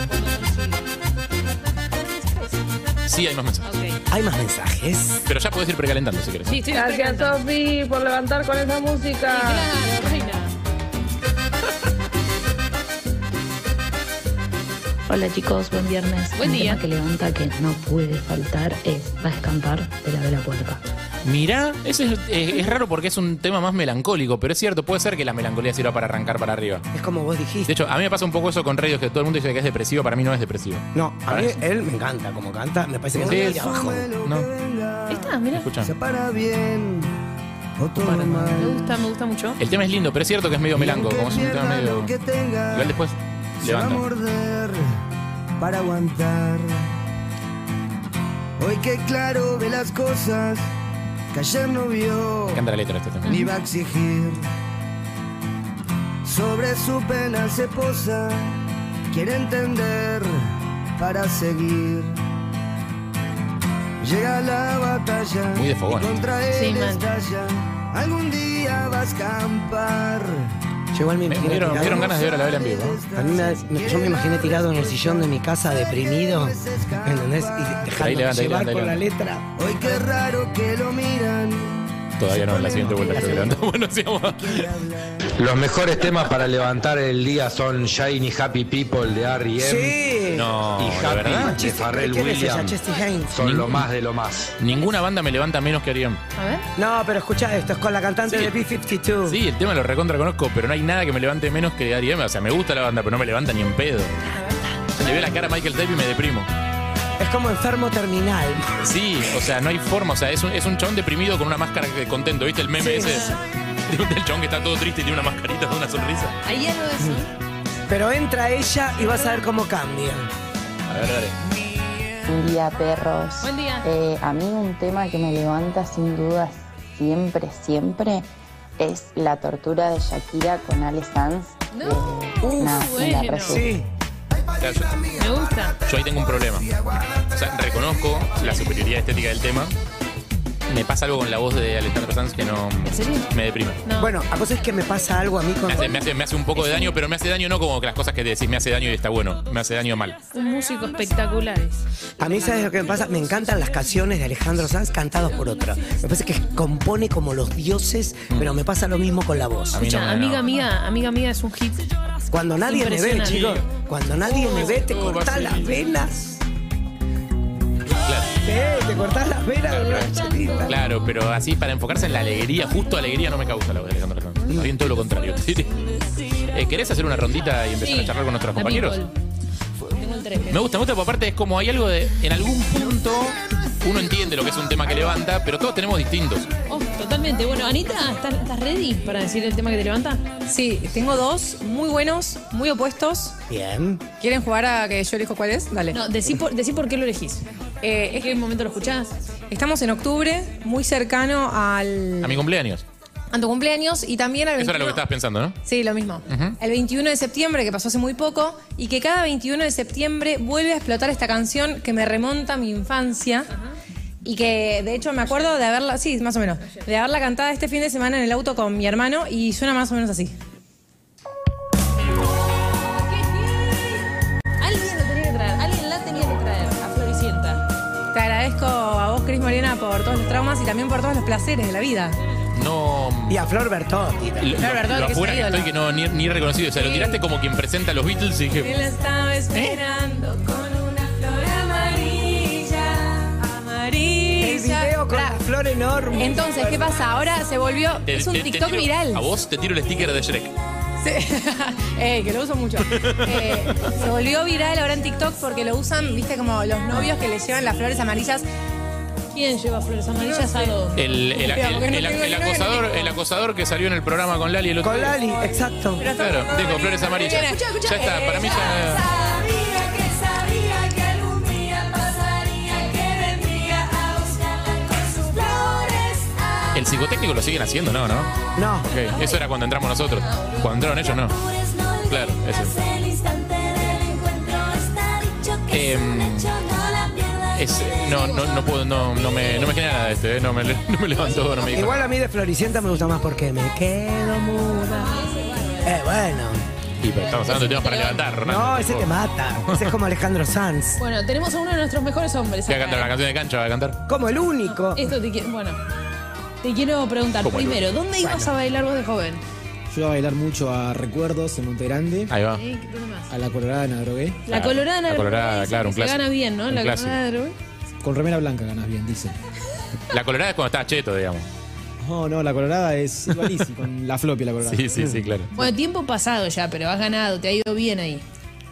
[SPEAKER 3] Sí, hay más mensajes.
[SPEAKER 4] Ok.
[SPEAKER 5] Hay más mensajes.
[SPEAKER 3] Pero ya puedes ir precalentando si querés.
[SPEAKER 4] Sí, estoy expectante.
[SPEAKER 9] Sofi, por levantar con esa música.
[SPEAKER 4] Claro, reina.
[SPEAKER 9] Hola chicos, buen viernes.
[SPEAKER 4] Buen
[SPEAKER 9] Un
[SPEAKER 4] día.
[SPEAKER 9] tema que levanta que no puede faltar es Va a escampar de la vela puerta.
[SPEAKER 3] Mirá, ese es, eh, es raro porque es un tema más melancólico, pero es cierto, puede ser que la melancolía sirva para arrancar para arriba.
[SPEAKER 5] Es como vos
[SPEAKER 3] De
[SPEAKER 5] dijiste.
[SPEAKER 3] hecho, a mí me pasa un poco eso con radios que todo el mundo dice que es depresivo, para mí no es depresivo.
[SPEAKER 5] No, a mí
[SPEAKER 3] Parece.
[SPEAKER 5] él me encanta como canta. Me parece que
[SPEAKER 3] Sí,
[SPEAKER 5] es
[SPEAKER 3] sí.
[SPEAKER 5] muy abajo.
[SPEAKER 3] No,
[SPEAKER 4] Esta, mira.
[SPEAKER 3] escucha.
[SPEAKER 8] Para bien, otro
[SPEAKER 4] Me
[SPEAKER 8] mal.
[SPEAKER 4] gusta, me gusta mucho.
[SPEAKER 3] El tema es lindo, pero es cierto que es medio melanco, como es un tema medio.
[SPEAKER 8] Que tenga,
[SPEAKER 3] Igual después
[SPEAKER 8] se va a
[SPEAKER 3] levanta.
[SPEAKER 8] morder para aguantar. Hoy que claro ve las cosas que ayer no vio.
[SPEAKER 3] Me encanta la letra de este tema.
[SPEAKER 8] ni va a exigir. Sobre su pena se posa, quiere entender para seguir. Llega la batalla
[SPEAKER 3] Muy de fogón.
[SPEAKER 8] y contra
[SPEAKER 4] Sí,
[SPEAKER 8] él
[SPEAKER 4] man.
[SPEAKER 8] estalla. Algún día vas a escampar.
[SPEAKER 5] Llegó el
[SPEAKER 3] Me, me dieron, me dieron ganas de ver a la vela en vivo. ¿eh?
[SPEAKER 5] A mí me- me- yo me imaginé tirado en el sillón de mi casa deprimido, ¿entendés? Y
[SPEAKER 3] Ahí
[SPEAKER 5] dejándome
[SPEAKER 3] levanta, ahí
[SPEAKER 5] llevar
[SPEAKER 3] levanta, ahí
[SPEAKER 5] por la
[SPEAKER 3] levanta.
[SPEAKER 5] letra.
[SPEAKER 8] Hoy qué raro que lo miran.
[SPEAKER 3] Todavía no, en la siguiente vuelta creo que levanta. Bueno, sí, vamos.
[SPEAKER 10] Los mejores temas para levantar el día son Shiny Happy People de E R.E.M.
[SPEAKER 5] Sí. Ah,
[SPEAKER 3] No,
[SPEAKER 10] y
[SPEAKER 3] la
[SPEAKER 10] Happy
[SPEAKER 3] verdad.
[SPEAKER 10] de Pharrell
[SPEAKER 5] ¿Quién es ella?
[SPEAKER 10] Williams.
[SPEAKER 5] Chesty Haynes.
[SPEAKER 10] Son lo más de lo más.
[SPEAKER 3] Ninguna banda me levanta menos que Ariam.
[SPEAKER 4] A ver.
[SPEAKER 5] No, pero escucha esto, es con la cantante
[SPEAKER 3] Sí.
[SPEAKER 5] de B-52.
[SPEAKER 3] Sí, el tema lo recontra conozco, pero no hay nada que me levante menos que Ariam. O sea, me gusta la banda, pero no me levanta ni en pedo. Le veo la cara a Michael Davis y me deprimo.
[SPEAKER 5] Es como enfermo terminal.
[SPEAKER 3] Sí, o sea, no hay forma. O sea, es un, es un chabón deprimido con una máscara de contento. ¿Viste el meme
[SPEAKER 5] Sí.
[SPEAKER 3] ese? Del chabón que está todo triste y tiene una mascarita de una sonrisa.
[SPEAKER 4] Ahí algo de eso.
[SPEAKER 5] Pero entra ella y vas a ver cómo cambia.
[SPEAKER 3] A ver, a ver.
[SPEAKER 9] Buen día, perros.
[SPEAKER 4] Buen día.
[SPEAKER 9] Eh, a mí un tema que me levanta sin duda siempre, siempre es la tortura de Shakira con Ale Sanz. Eh,
[SPEAKER 4] No. Uh,
[SPEAKER 5] Uf,
[SPEAKER 9] Nada, me la
[SPEAKER 4] bueno.
[SPEAKER 9] resuelvo.
[SPEAKER 5] Sí.
[SPEAKER 3] O sea, yo-
[SPEAKER 4] Me gusta.
[SPEAKER 3] Yo ahí tengo un problema. O sea, reconozco la superioridad estética del tema. Me pasa algo con la voz de Alejandro Sanz que no.
[SPEAKER 4] ¿En serio?
[SPEAKER 3] Me deprime.
[SPEAKER 4] No.
[SPEAKER 5] Bueno, a cosas que me pasa algo a mí con...
[SPEAKER 3] Me hace, me hace- me hace un poco de daño, pero me hace daño no como que las cosas que te decís me hace daño y está bueno. Me hace daño mal.
[SPEAKER 4] Un músico espectacular. es.
[SPEAKER 5] A mí, ¿sabes lo que me pasa? Me encantan las canciones de Alejandro Sanz cantadas por otra. Me parece que compone como los dioses, pero me pasa lo mismo con la voz.
[SPEAKER 3] A mí no
[SPEAKER 4] Escucha,
[SPEAKER 3] me- no.
[SPEAKER 4] amiga mía, amiga mía es un hit.
[SPEAKER 5] Cuando nadie me ve,
[SPEAKER 4] Impresionante.
[SPEAKER 5] chicos, cuando nadie me ve, te
[SPEAKER 3] Oh,
[SPEAKER 5] cortás
[SPEAKER 3] Vaselina.
[SPEAKER 5] las venas.
[SPEAKER 3] Claro,
[SPEAKER 5] Eh, te cortás las venas de una chelita.
[SPEAKER 3] claro, pero así para enfocarse en la alegría, justo alegría no me causa la voz de Alejandro Sanz. Más bien todo lo contrario. Eh, ¿Querés hacer una rondita y empezar
[SPEAKER 4] Sí.
[SPEAKER 3] a charlar con nuestros
[SPEAKER 4] La
[SPEAKER 3] compañeros?
[SPEAKER 4] People. Tengo el tres.
[SPEAKER 3] Me gusta, me gusta, porque aparte es como hay algo de. En algún punto uno entiende lo que es un tema que levanta, pero todos tenemos distintos.
[SPEAKER 4] Oh, totalmente. Bueno, Anita, ¿estás, estás ready para decir el tema que te levanta?
[SPEAKER 7] Sí, tengo dos muy buenos, muy opuestos.
[SPEAKER 5] Bien.
[SPEAKER 7] ¿Quieren jugar a que yo elijo cuál es? Dale.
[SPEAKER 4] No, decí por, decí por qué lo elegís.
[SPEAKER 7] Eh,
[SPEAKER 4] ¿En qué momento lo escuchás?
[SPEAKER 7] Estamos en octubre, muy cercano al,
[SPEAKER 3] A mi cumpleaños.
[SPEAKER 7] a tu cumpleaños y también al
[SPEAKER 3] Eso era lo que
[SPEAKER 7] 21
[SPEAKER 3] estabas pensando, ¿no?
[SPEAKER 7] Sí, lo mismo.
[SPEAKER 3] Ujú.
[SPEAKER 7] El 21 de septiembre, que pasó hace muy poco, y que cada 21 de septiembre vuelve a explotar esta canción que me remonta a mi infancia. Y que de hecho me acuerdo de haberla, sí, más o menos, de haberla cantada este fin de semana en el auto con mi hermano y suena más o menos así.
[SPEAKER 4] Alguien lo tenía que traer, alguien la tenía que traer a Floricienta.
[SPEAKER 7] Te agradezco a vos, Cris Morena, por todos los traumas y también por todos los placeres de la vida.
[SPEAKER 3] No.
[SPEAKER 5] Y a Flor Bertotti.
[SPEAKER 3] Lo, lo-
[SPEAKER 7] Claro, verdad,
[SPEAKER 3] lo
[SPEAKER 7] que es
[SPEAKER 3] afuera que
[SPEAKER 7] ídolo.
[SPEAKER 3] estoy que no ni, ni reconocido. O sea, lo tiraste como quien presenta a los Beatles y
[SPEAKER 7] Él
[SPEAKER 3] dije.
[SPEAKER 7] estaba esperando con una flor amarilla,
[SPEAKER 5] El
[SPEAKER 7] amarilla.
[SPEAKER 5] video con la flor enorme.
[SPEAKER 7] Entonces, ¿qué pasa? Ahora se volvió,
[SPEAKER 3] te-
[SPEAKER 7] es un
[SPEAKER 3] te- te
[SPEAKER 7] TikTok
[SPEAKER 3] tiro-
[SPEAKER 7] viral.
[SPEAKER 3] A vos te tiro el sticker de Shrek.
[SPEAKER 7] Sí. Eh, que lo uso mucho. Eh, se volvió viral ahora en TikTok porque lo usan, viste, como los novios que les llevan las flores amarillas.
[SPEAKER 4] ¿Quién lleva flores amarillas a dónde?
[SPEAKER 3] El, el-
[SPEAKER 4] Espera,
[SPEAKER 3] el-
[SPEAKER 4] porque no
[SPEAKER 3] el-
[SPEAKER 4] tengo
[SPEAKER 3] el
[SPEAKER 4] ni
[SPEAKER 3] acosador, el acosador que salió en el programa con Lali el otro
[SPEAKER 5] Con
[SPEAKER 3] día.
[SPEAKER 5] Lali, exacto.
[SPEAKER 3] Claro, dijo flores amarillas.
[SPEAKER 2] Elena, escucha, escucha.
[SPEAKER 3] Ya está, para mí ya.
[SPEAKER 2] Sabía que sabía que algún día pasaría que vendría a buscarla con sus flores.
[SPEAKER 3] El psicotécnico lo siguen haciendo, ¿no? No.
[SPEAKER 5] no.
[SPEAKER 3] Ok, Eso era cuando entramos nosotros. Cuando entraron ellos, no. Claro, eso.
[SPEAKER 2] El instante del encuentro está dicho que es un
[SPEAKER 3] Em,
[SPEAKER 2] hecho, no la pierdas.
[SPEAKER 3] Es- no, no, no puedo, no, no me, no me genera nada este, ¿eh? no, me, no me levantó, no me dijo.
[SPEAKER 5] Igual a mí de Floricienta me gusta más porque me quedo muda. Eh, bueno.
[SPEAKER 3] Y, pero estamos hablando de temas para levantar, Hernán.
[SPEAKER 5] No, ese te mata. Ese es como Alejandro Sanz.
[SPEAKER 4] Bueno, tenemos a uno de nuestros mejores hombres.
[SPEAKER 3] Voy a
[SPEAKER 4] acá,
[SPEAKER 3] cantar una
[SPEAKER 4] ¿eh?
[SPEAKER 3] canción de cancha, voy a cantar.
[SPEAKER 5] Como el único.
[SPEAKER 7] Eh.
[SPEAKER 4] Esto te quiero. Bueno, te quiero preguntar
[SPEAKER 3] ¿Cómo el-
[SPEAKER 4] primero, ¿dónde ibas a bailar vos de joven?
[SPEAKER 8] Yo iba a bailar mucho a Recuerdos en Monte Grande,
[SPEAKER 3] Ahí va.
[SPEAKER 4] Eh, ¿dónde más?
[SPEAKER 8] a la Colorada en Adrogué.
[SPEAKER 4] La colorada,
[SPEAKER 3] Ah, La
[SPEAKER 4] ¿no?
[SPEAKER 3] colorada,
[SPEAKER 4] Dicen
[SPEAKER 3] claro,
[SPEAKER 4] que
[SPEAKER 3] un
[SPEAKER 4] se
[SPEAKER 3] clásico.
[SPEAKER 4] gana bien, ¿no?
[SPEAKER 3] Un
[SPEAKER 4] La
[SPEAKER 3] clásico.
[SPEAKER 4] colorada, ¿no?
[SPEAKER 8] Con remera blanca ganas bien, dice.
[SPEAKER 3] La colorada es cuando estás cheto, digamos.
[SPEAKER 8] No, no, la Colorada es igual easy, con la floppy la Colorada.
[SPEAKER 3] Sí, sí, sí, claro.
[SPEAKER 4] Bueno, tiempo pasado ya, pero has ganado, te ha ido bien ahí.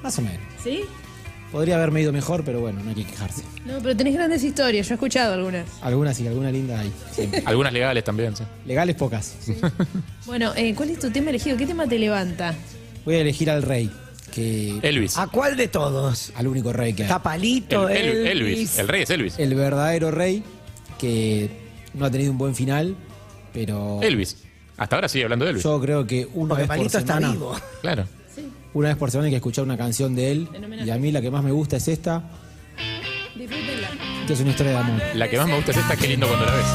[SPEAKER 8] Más o menos.
[SPEAKER 4] ¿Sí?
[SPEAKER 8] Podría haberme ido mejor, pero bueno, no hay que quejarse.
[SPEAKER 4] No, pero tenés grandes historias, yo he escuchado algunas.
[SPEAKER 8] Algunas sí, algunas lindas hay. siempre.
[SPEAKER 3] Algunas legales también, sí.
[SPEAKER 8] Legales pocas.
[SPEAKER 4] Bueno, eh, ¿cuál es tu tema elegido? ¿Qué tema te levanta?
[SPEAKER 8] Voy a elegir al rey, que
[SPEAKER 3] Elvis.
[SPEAKER 5] ¿A cuál de todos?
[SPEAKER 8] al único rey que hay.
[SPEAKER 5] Está Palito,
[SPEAKER 3] El- el-
[SPEAKER 5] Elvis.
[SPEAKER 3] Elvis. El rey es Elvis.
[SPEAKER 8] El verdadero rey, que no ha tenido un buen final, pero
[SPEAKER 3] Elvis. Hasta ahora sigue hablando de Elvis.
[SPEAKER 8] yo creo que una
[SPEAKER 5] Porque
[SPEAKER 8] vez por
[SPEAKER 5] Palito está
[SPEAKER 8] semana-
[SPEAKER 5] vivo.
[SPEAKER 3] Claro.
[SPEAKER 8] Una vez por semana hay que escuchar una canción de él. Y a mí la que más me gusta es esta. Esto es una historia de amor.
[SPEAKER 3] La que más me gusta es esta, qué lindo cuando la ves.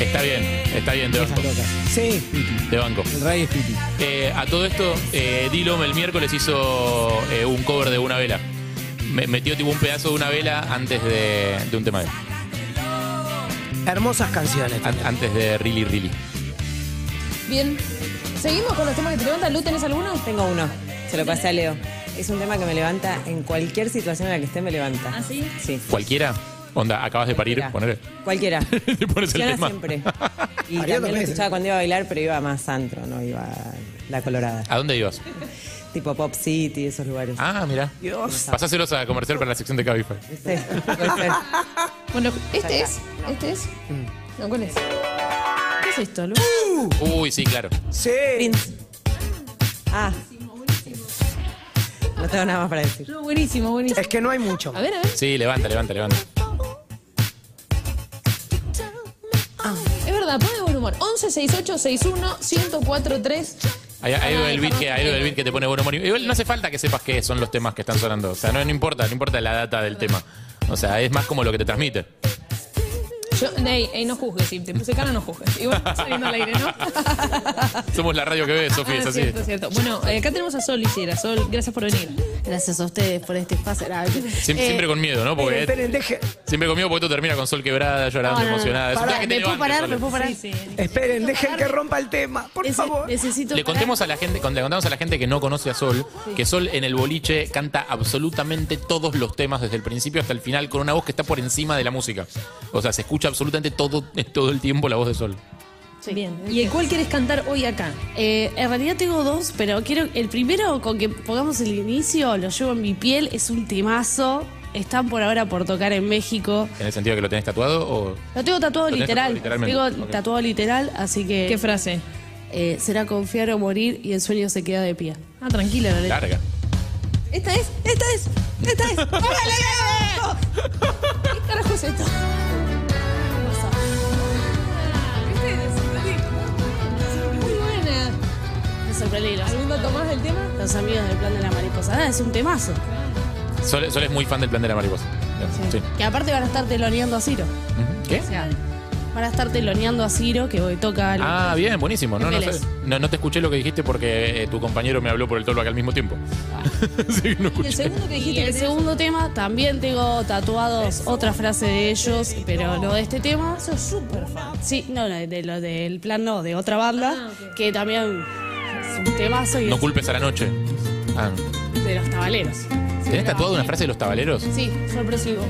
[SPEAKER 3] Está bien, está bien, de
[SPEAKER 8] Esas
[SPEAKER 3] banco.
[SPEAKER 8] locas.
[SPEAKER 5] Sí.
[SPEAKER 3] De banco.
[SPEAKER 8] El rey es Pipi.
[SPEAKER 3] Eh, a todo esto, eh, Dillom el miércoles hizo eh, un cover de una vela. Me- metió tipo un pedazo de una vela antes de, de un tema de él.
[SPEAKER 5] Hermosas canciones.
[SPEAKER 3] An- antes de Really Really.
[SPEAKER 4] Bien, seguimos con los temas que te levantan. Lu, ¿tenés alguno?
[SPEAKER 7] Tengo uno. Se lo pasé a Leo. Es un tema que me levanta en cualquier situación en la que esté, me levanta. ¿Ah, sí? Sí.
[SPEAKER 3] Cualquiera. Onda, acabas de parir,
[SPEAKER 7] Cualquiera.
[SPEAKER 3] ponele.
[SPEAKER 7] Cualquiera.
[SPEAKER 3] Te pones el
[SPEAKER 7] Funciona
[SPEAKER 3] tema.
[SPEAKER 7] siempre. Y
[SPEAKER 5] Ariel
[SPEAKER 7] también lo
[SPEAKER 5] Domínguez.
[SPEAKER 7] escuchaba cuando iba a bailar, pero iba más antro, no iba a la colorada.
[SPEAKER 3] ¿A dónde ibas?
[SPEAKER 7] Tipo Pop City, esos lugares.
[SPEAKER 3] Ah, mira. Pasáselos a comercial para la sección de Cabify.
[SPEAKER 7] Sí, puede ser.
[SPEAKER 4] Bueno, ¿este es? ¿Este es?
[SPEAKER 8] Mm.
[SPEAKER 4] No, ¿cuál es? ¿Qué es esto, Lu?
[SPEAKER 3] Uy, sí, claro.
[SPEAKER 5] Sí.
[SPEAKER 7] Prince. Ah. No tengo nada más para decir.
[SPEAKER 4] Lu, buenísimo, buenísimo.
[SPEAKER 5] Es que no hay mucho.
[SPEAKER 4] A ver, a ver.
[SPEAKER 3] Sí, levanta, levanta, levanta.
[SPEAKER 4] Es verdad, pone buen humor. 11 68 61 1043.
[SPEAKER 3] Hay, hay algo del beat que, hay algo del beat que te pone bueno humor. Igual no hace falta que sepas qué son los temas que están sonando. O sea, no, no importa, no importa la data del tema. O sea, es más como lo que te transmite.
[SPEAKER 4] Yo, ey, ey, no juzgues, si te puse cara, no juzgues. Igual está saliendo al aire, ¿no?
[SPEAKER 3] Somos la radio que ves, Sofi,
[SPEAKER 4] Ah,
[SPEAKER 3] es así.
[SPEAKER 4] Cierto, cierto. Bueno, eh, acá tenemos a Sol Lillera. Sol, gracias por venir. Gracias a ustedes por este espacio.
[SPEAKER 3] Siem-
[SPEAKER 4] Eh,
[SPEAKER 3] siempre con miedo, ¿no? Porque
[SPEAKER 5] Esperen, esperen, deje-
[SPEAKER 3] siempre conmigo porque esto termina con sol quebrada, llorando, emocionada. Es un tema que te levanta, Sol.
[SPEAKER 4] parar?
[SPEAKER 5] esperen, dejen que rompa el tema, por favor.
[SPEAKER 4] Necesito.
[SPEAKER 3] Le contemos a la gente, con- le contamos a la gente que no conoce a Sol, que Sol en el boliche canta absolutamente todos los temas desde el principio hasta el final con una voz que está por encima de la música. O sea, se escucha absolutamente todo, todo el tiempo la voz de Sol.
[SPEAKER 4] Bien. ¿Y el cuál quieres cantar hoy acá?
[SPEAKER 9] Eh, en realidad tengo dos, pero quiero. El primero, con que pongamos el inicio, lo llevo en mi piel, es un temazo. Están por ahora por tocar en México.
[SPEAKER 3] En el sentido que lo tenés tatuado o
[SPEAKER 9] Lo tengo tatuado
[SPEAKER 3] Lo tenés tatuado
[SPEAKER 9] literal.
[SPEAKER 3] literalmente,
[SPEAKER 9] tengo
[SPEAKER 3] ok.
[SPEAKER 9] tatuado literal, así que.
[SPEAKER 4] ¿Qué frase?
[SPEAKER 9] eh, será confiar o morir y el sueño se queda de pie.
[SPEAKER 4] Ah, tranquila, la letra.
[SPEAKER 3] larga.
[SPEAKER 9] Esta es, esta es, esta es. ¡Póngale! ¿Qué carajo es esto?
[SPEAKER 4] Muy buena.
[SPEAKER 9] Me sorprendí. los-
[SPEAKER 4] ¿Algún dato más del tema?
[SPEAKER 9] Los amigos del plan de la mariposa. Ah, es un temazo.
[SPEAKER 3] Sol, Sol es muy fan del plan de la mariposa. Sí.
[SPEAKER 9] Que aparte van a estar teloneando a Ciro.
[SPEAKER 3] Ujú. ¿Qué?
[SPEAKER 9] O sea, van a estar teloneando a Ciro, que hoy toca. el-
[SPEAKER 3] Ah, bien, buenísimo. No,
[SPEAKER 9] En
[SPEAKER 3] no,
[SPEAKER 9] Vélez.
[SPEAKER 3] sé. no, no te escuché lo que dijiste porque eh, tu compañero me habló por el tolo acá al mismo tiempo. Así que no
[SPEAKER 4] ¿Y el
[SPEAKER 3] escuché.
[SPEAKER 4] segundo que
[SPEAKER 9] Ah. Y
[SPEAKER 4] dijiste que
[SPEAKER 9] el
[SPEAKER 4] tenés?
[SPEAKER 9] segundo tema, también tengo tatuados otra frase de ellos, pero no de este tema. Soy súper fan. Sí, no, no, de lo del plan no, de otra banda, que también es un temazo y
[SPEAKER 3] No
[SPEAKER 9] es
[SPEAKER 3] culpes a la noche. Ah.
[SPEAKER 9] de los tabaleros.
[SPEAKER 3] ¿Tenés tatuado una frase de los tabaleros?
[SPEAKER 9] Sí, sorpresivo.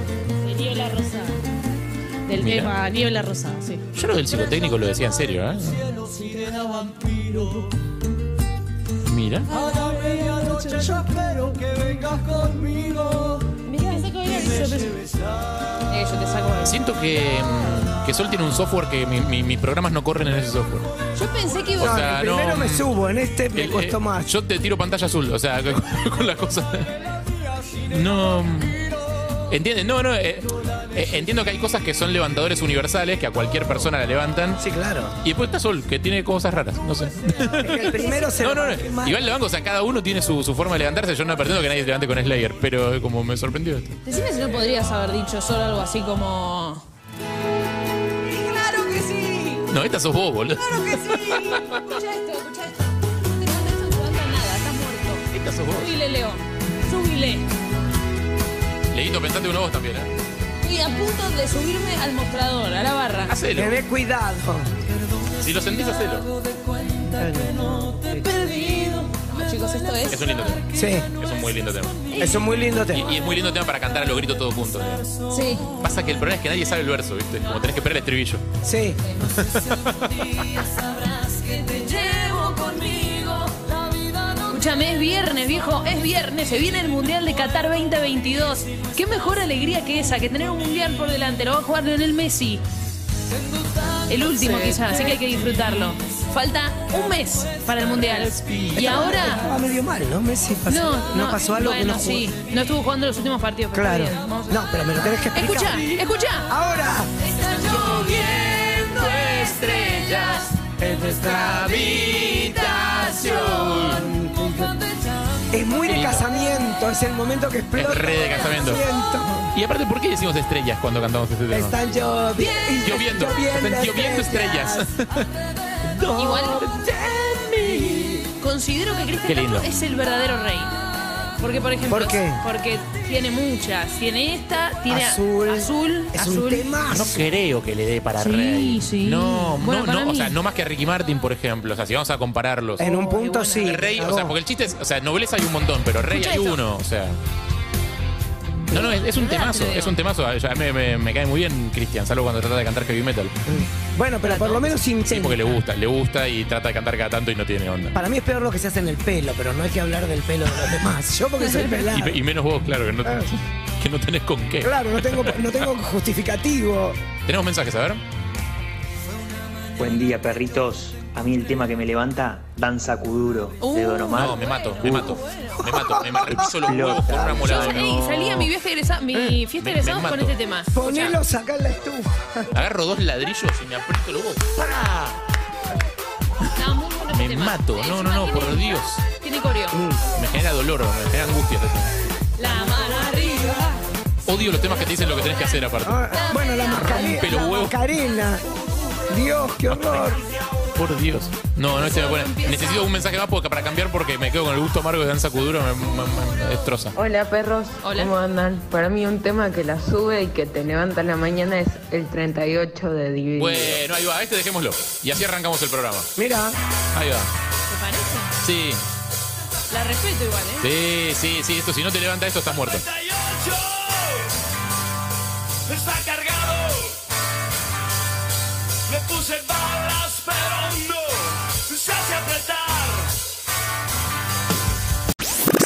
[SPEAKER 9] De Niebla Rosada. Del
[SPEAKER 3] Mirá.
[SPEAKER 9] tema Niebla Rosada, sí.
[SPEAKER 3] Yo lo del psicotécnico lo decía en serio, ¿eh? Mira.
[SPEAKER 2] A la medianoche yo espero que vengas conmigo.
[SPEAKER 9] Pensé que hoy era el Eh,
[SPEAKER 4] yo te saco
[SPEAKER 3] Siento que, mm, que Sol tiene un software que mi- mi- mis programas no corren en ese software.
[SPEAKER 7] Yo pensé que
[SPEAKER 3] O
[SPEAKER 7] iba
[SPEAKER 3] sea,
[SPEAKER 5] el primero
[SPEAKER 3] no,
[SPEAKER 5] me subo, en este me
[SPEAKER 3] El-
[SPEAKER 5] costó
[SPEAKER 3] eh,
[SPEAKER 5] más.
[SPEAKER 3] Yo te tiro pantalla azul, o sea, con, con la cosa. No. ¿Entienden? No, no. eh, eh, entiendo que hay cosas que son levantadores universales, que a cualquier persona la levantan.
[SPEAKER 5] Sí, claro.
[SPEAKER 3] Y después está Sol, que tiene cosas raras, no sé.
[SPEAKER 5] El primero se
[SPEAKER 3] No,
[SPEAKER 5] lo
[SPEAKER 3] no,
[SPEAKER 5] bajé
[SPEAKER 3] no.
[SPEAKER 5] mal.
[SPEAKER 3] Igual le banco, o sea, cada uno tiene su, su forma de levantarse. Yo no pretendo que nadie se levante con Slayer, pero eh, como me sorprendió esto.
[SPEAKER 4] Decime si no podrías haber dicho solo algo así como.
[SPEAKER 8] ¡Claro que sí!
[SPEAKER 3] No, esta sos vos, boludo.
[SPEAKER 8] ¡Claro que sí!
[SPEAKER 4] Escucha esto, escucha esto. No te contesto en cuanto a nada, estás muerto.
[SPEAKER 3] Esta sos vos.
[SPEAKER 4] Súbile, Leo. Súbile.
[SPEAKER 3] Leguito, pensate uno vos también, ¿eh?
[SPEAKER 4] Estoy a punto de subirme al mostrador, a la barra.
[SPEAKER 3] Hacelo. Bebé,
[SPEAKER 5] cuidado.
[SPEAKER 3] Si lo sentís, hacelo.
[SPEAKER 4] Chicos, esto es.
[SPEAKER 3] Es un lindo tema.
[SPEAKER 5] Sí.
[SPEAKER 3] Es un muy lindo tema.
[SPEAKER 5] Es un muy lindo tema.
[SPEAKER 3] Y, y es muy lindo tema para cantar a los gritos todos juntos. ¿eh?
[SPEAKER 4] Sí.
[SPEAKER 3] Pasa que el problema es que nadie sabe el verso, ¿viste? Como tenés que esperar el estribillo.
[SPEAKER 5] Sí.
[SPEAKER 8] Sabrás que te llevo conmigo. La vida no
[SPEAKER 4] Escúchame, es viernes, viejo, es viernes. Se viene el Mundial de Qatar 2022. Qué mejor alegría que esa, que tener un Mundial por delante. Lo va a jugar Lionel Messi. El último,
[SPEAKER 8] Sí.
[SPEAKER 4] quizás, así que hay que disfrutarlo. Falta un mes para el Mundial. Y
[SPEAKER 5] Estaba-
[SPEAKER 4] ahora.
[SPEAKER 5] Estaba Ah, medio mal, ¿no? Messi pasó,
[SPEAKER 4] No,
[SPEAKER 5] no, pasó algo que
[SPEAKER 4] bueno,
[SPEAKER 5] no jugó.
[SPEAKER 4] sí. No estuvo jugando los últimos partidos. pero
[SPEAKER 5] Claro.
[SPEAKER 4] está bien. Vamos a-
[SPEAKER 5] No, pero me lo tenés que
[SPEAKER 4] Escucha,
[SPEAKER 5] explicar.
[SPEAKER 4] escucha.
[SPEAKER 5] Ahora.
[SPEAKER 8] Están lloviendo estrellas en nuestra habitación.
[SPEAKER 5] Es muy de casamiento, es el momento que explota.
[SPEAKER 3] Es re de casamiento. Y aparte, ¿por qué decimos estrellas cuando cantamos este tema?
[SPEAKER 5] Están lloviendo.
[SPEAKER 3] lloviendo.
[SPEAKER 5] lloviendo
[SPEAKER 3] Están lloviendo estrellas.
[SPEAKER 4] Igual. Considero que
[SPEAKER 3] Qué
[SPEAKER 4] Cristian
[SPEAKER 3] lindo.
[SPEAKER 4] Castro es el verdadero rey. Porque, por ejemplo.
[SPEAKER 5] ¿Por qué?
[SPEAKER 4] Porque tiene muchas. Tiene esta, tiene
[SPEAKER 5] Azul.
[SPEAKER 4] Azul.
[SPEAKER 5] Es un
[SPEAKER 4] azul.
[SPEAKER 5] tema.
[SPEAKER 3] Ah, No creo que le dé para
[SPEAKER 4] Sí,
[SPEAKER 3] Rey.
[SPEAKER 4] sí.
[SPEAKER 3] No,
[SPEAKER 4] Bueno,
[SPEAKER 3] no,
[SPEAKER 4] para
[SPEAKER 3] no. O
[SPEAKER 4] mí.
[SPEAKER 3] sea, no más que a Ricky Martin, por ejemplo. O sea, si vamos a compararlos.
[SPEAKER 5] En un punto sí.
[SPEAKER 3] Rey, o
[SPEAKER 5] cagó.
[SPEAKER 3] sea, porque el chiste es. O sea, nobleza hay un montón, pero Rey
[SPEAKER 5] Escucha
[SPEAKER 3] hay
[SPEAKER 5] esto.
[SPEAKER 3] uno. O sea. No, no, es, es un
[SPEAKER 5] Verdad,
[SPEAKER 3] temazo,
[SPEAKER 5] te digo.
[SPEAKER 3] es un temazo. A- a mí Me, me- me cae muy bien Cristian, salvo cuando trata de cantar heavy metal.
[SPEAKER 5] Bueno, pero por lo menos
[SPEAKER 3] Sí,
[SPEAKER 5] intenta.
[SPEAKER 3] porque le gusta, le gusta y trata de cantar cada tanto y no tiene onda.
[SPEAKER 5] Para mí es peor lo que se hace en el pelo, pero no hay que hablar del pelo de los demás. Yo porque soy pelado.
[SPEAKER 3] Y, y menos vos, claro, que no, que no tenés con qué.
[SPEAKER 5] Claro, no tengo, no tengo justificativo.
[SPEAKER 3] Tenemos mensajes, a ver.
[SPEAKER 11] Buen día, perritos. A mí el tema que me levanta, Danza Kuduro, de Don Omar.
[SPEAKER 3] No, me mato,
[SPEAKER 5] Uh.
[SPEAKER 3] me mato. Me mato, me mato. Repiso los huevos con una
[SPEAKER 4] Yo
[SPEAKER 3] molada.
[SPEAKER 4] salí, salí a mi viaje egresa- mi fiesta
[SPEAKER 3] Eh, me-
[SPEAKER 4] de egresados
[SPEAKER 3] me
[SPEAKER 4] con
[SPEAKER 3] mato.
[SPEAKER 4] este tema.
[SPEAKER 5] Ponelo, saca en la estufa.
[SPEAKER 3] Agarro dos ladrillos y me aprieto los huevos. ¡Para!
[SPEAKER 4] No, muy bueno este
[SPEAKER 3] Me
[SPEAKER 4] tema.
[SPEAKER 3] mato. No, no, no, por Dios.
[SPEAKER 4] Tiene coreo.
[SPEAKER 5] Uh.
[SPEAKER 3] Me genera dolor, me genera angustia. este tema.
[SPEAKER 4] La mano arriba.
[SPEAKER 3] Odio los temas que te dicen lo que tenés que hacer aparte.
[SPEAKER 5] Ah, bueno, la mascarina.
[SPEAKER 3] Pelo
[SPEAKER 5] la
[SPEAKER 3] huevo.
[SPEAKER 5] mascarina. Dios, qué horror.
[SPEAKER 3] Por Dios. No, no, este me pone. Necesito un mensaje más porque- para cambiar porque me quedo con el gusto amargo de Danza Kuduro. Me, me- me destroza.
[SPEAKER 12] Hola perros, ¿cómo andan? Para mí un tema que la sube y que te levanta en la mañana es el 38 de Dividido.
[SPEAKER 3] Bueno, ahí va. Este dejémoslo. Y así arrancamos el programa.
[SPEAKER 5] Mira.
[SPEAKER 3] Ahí va. Sí,
[SPEAKER 4] La respeto igual, ¿eh?
[SPEAKER 3] sí, sí, sí. Esto, si no te levanta esto, estás muerto.
[SPEAKER 8] Está cargado. Le puse balas, pero no se hace apretar.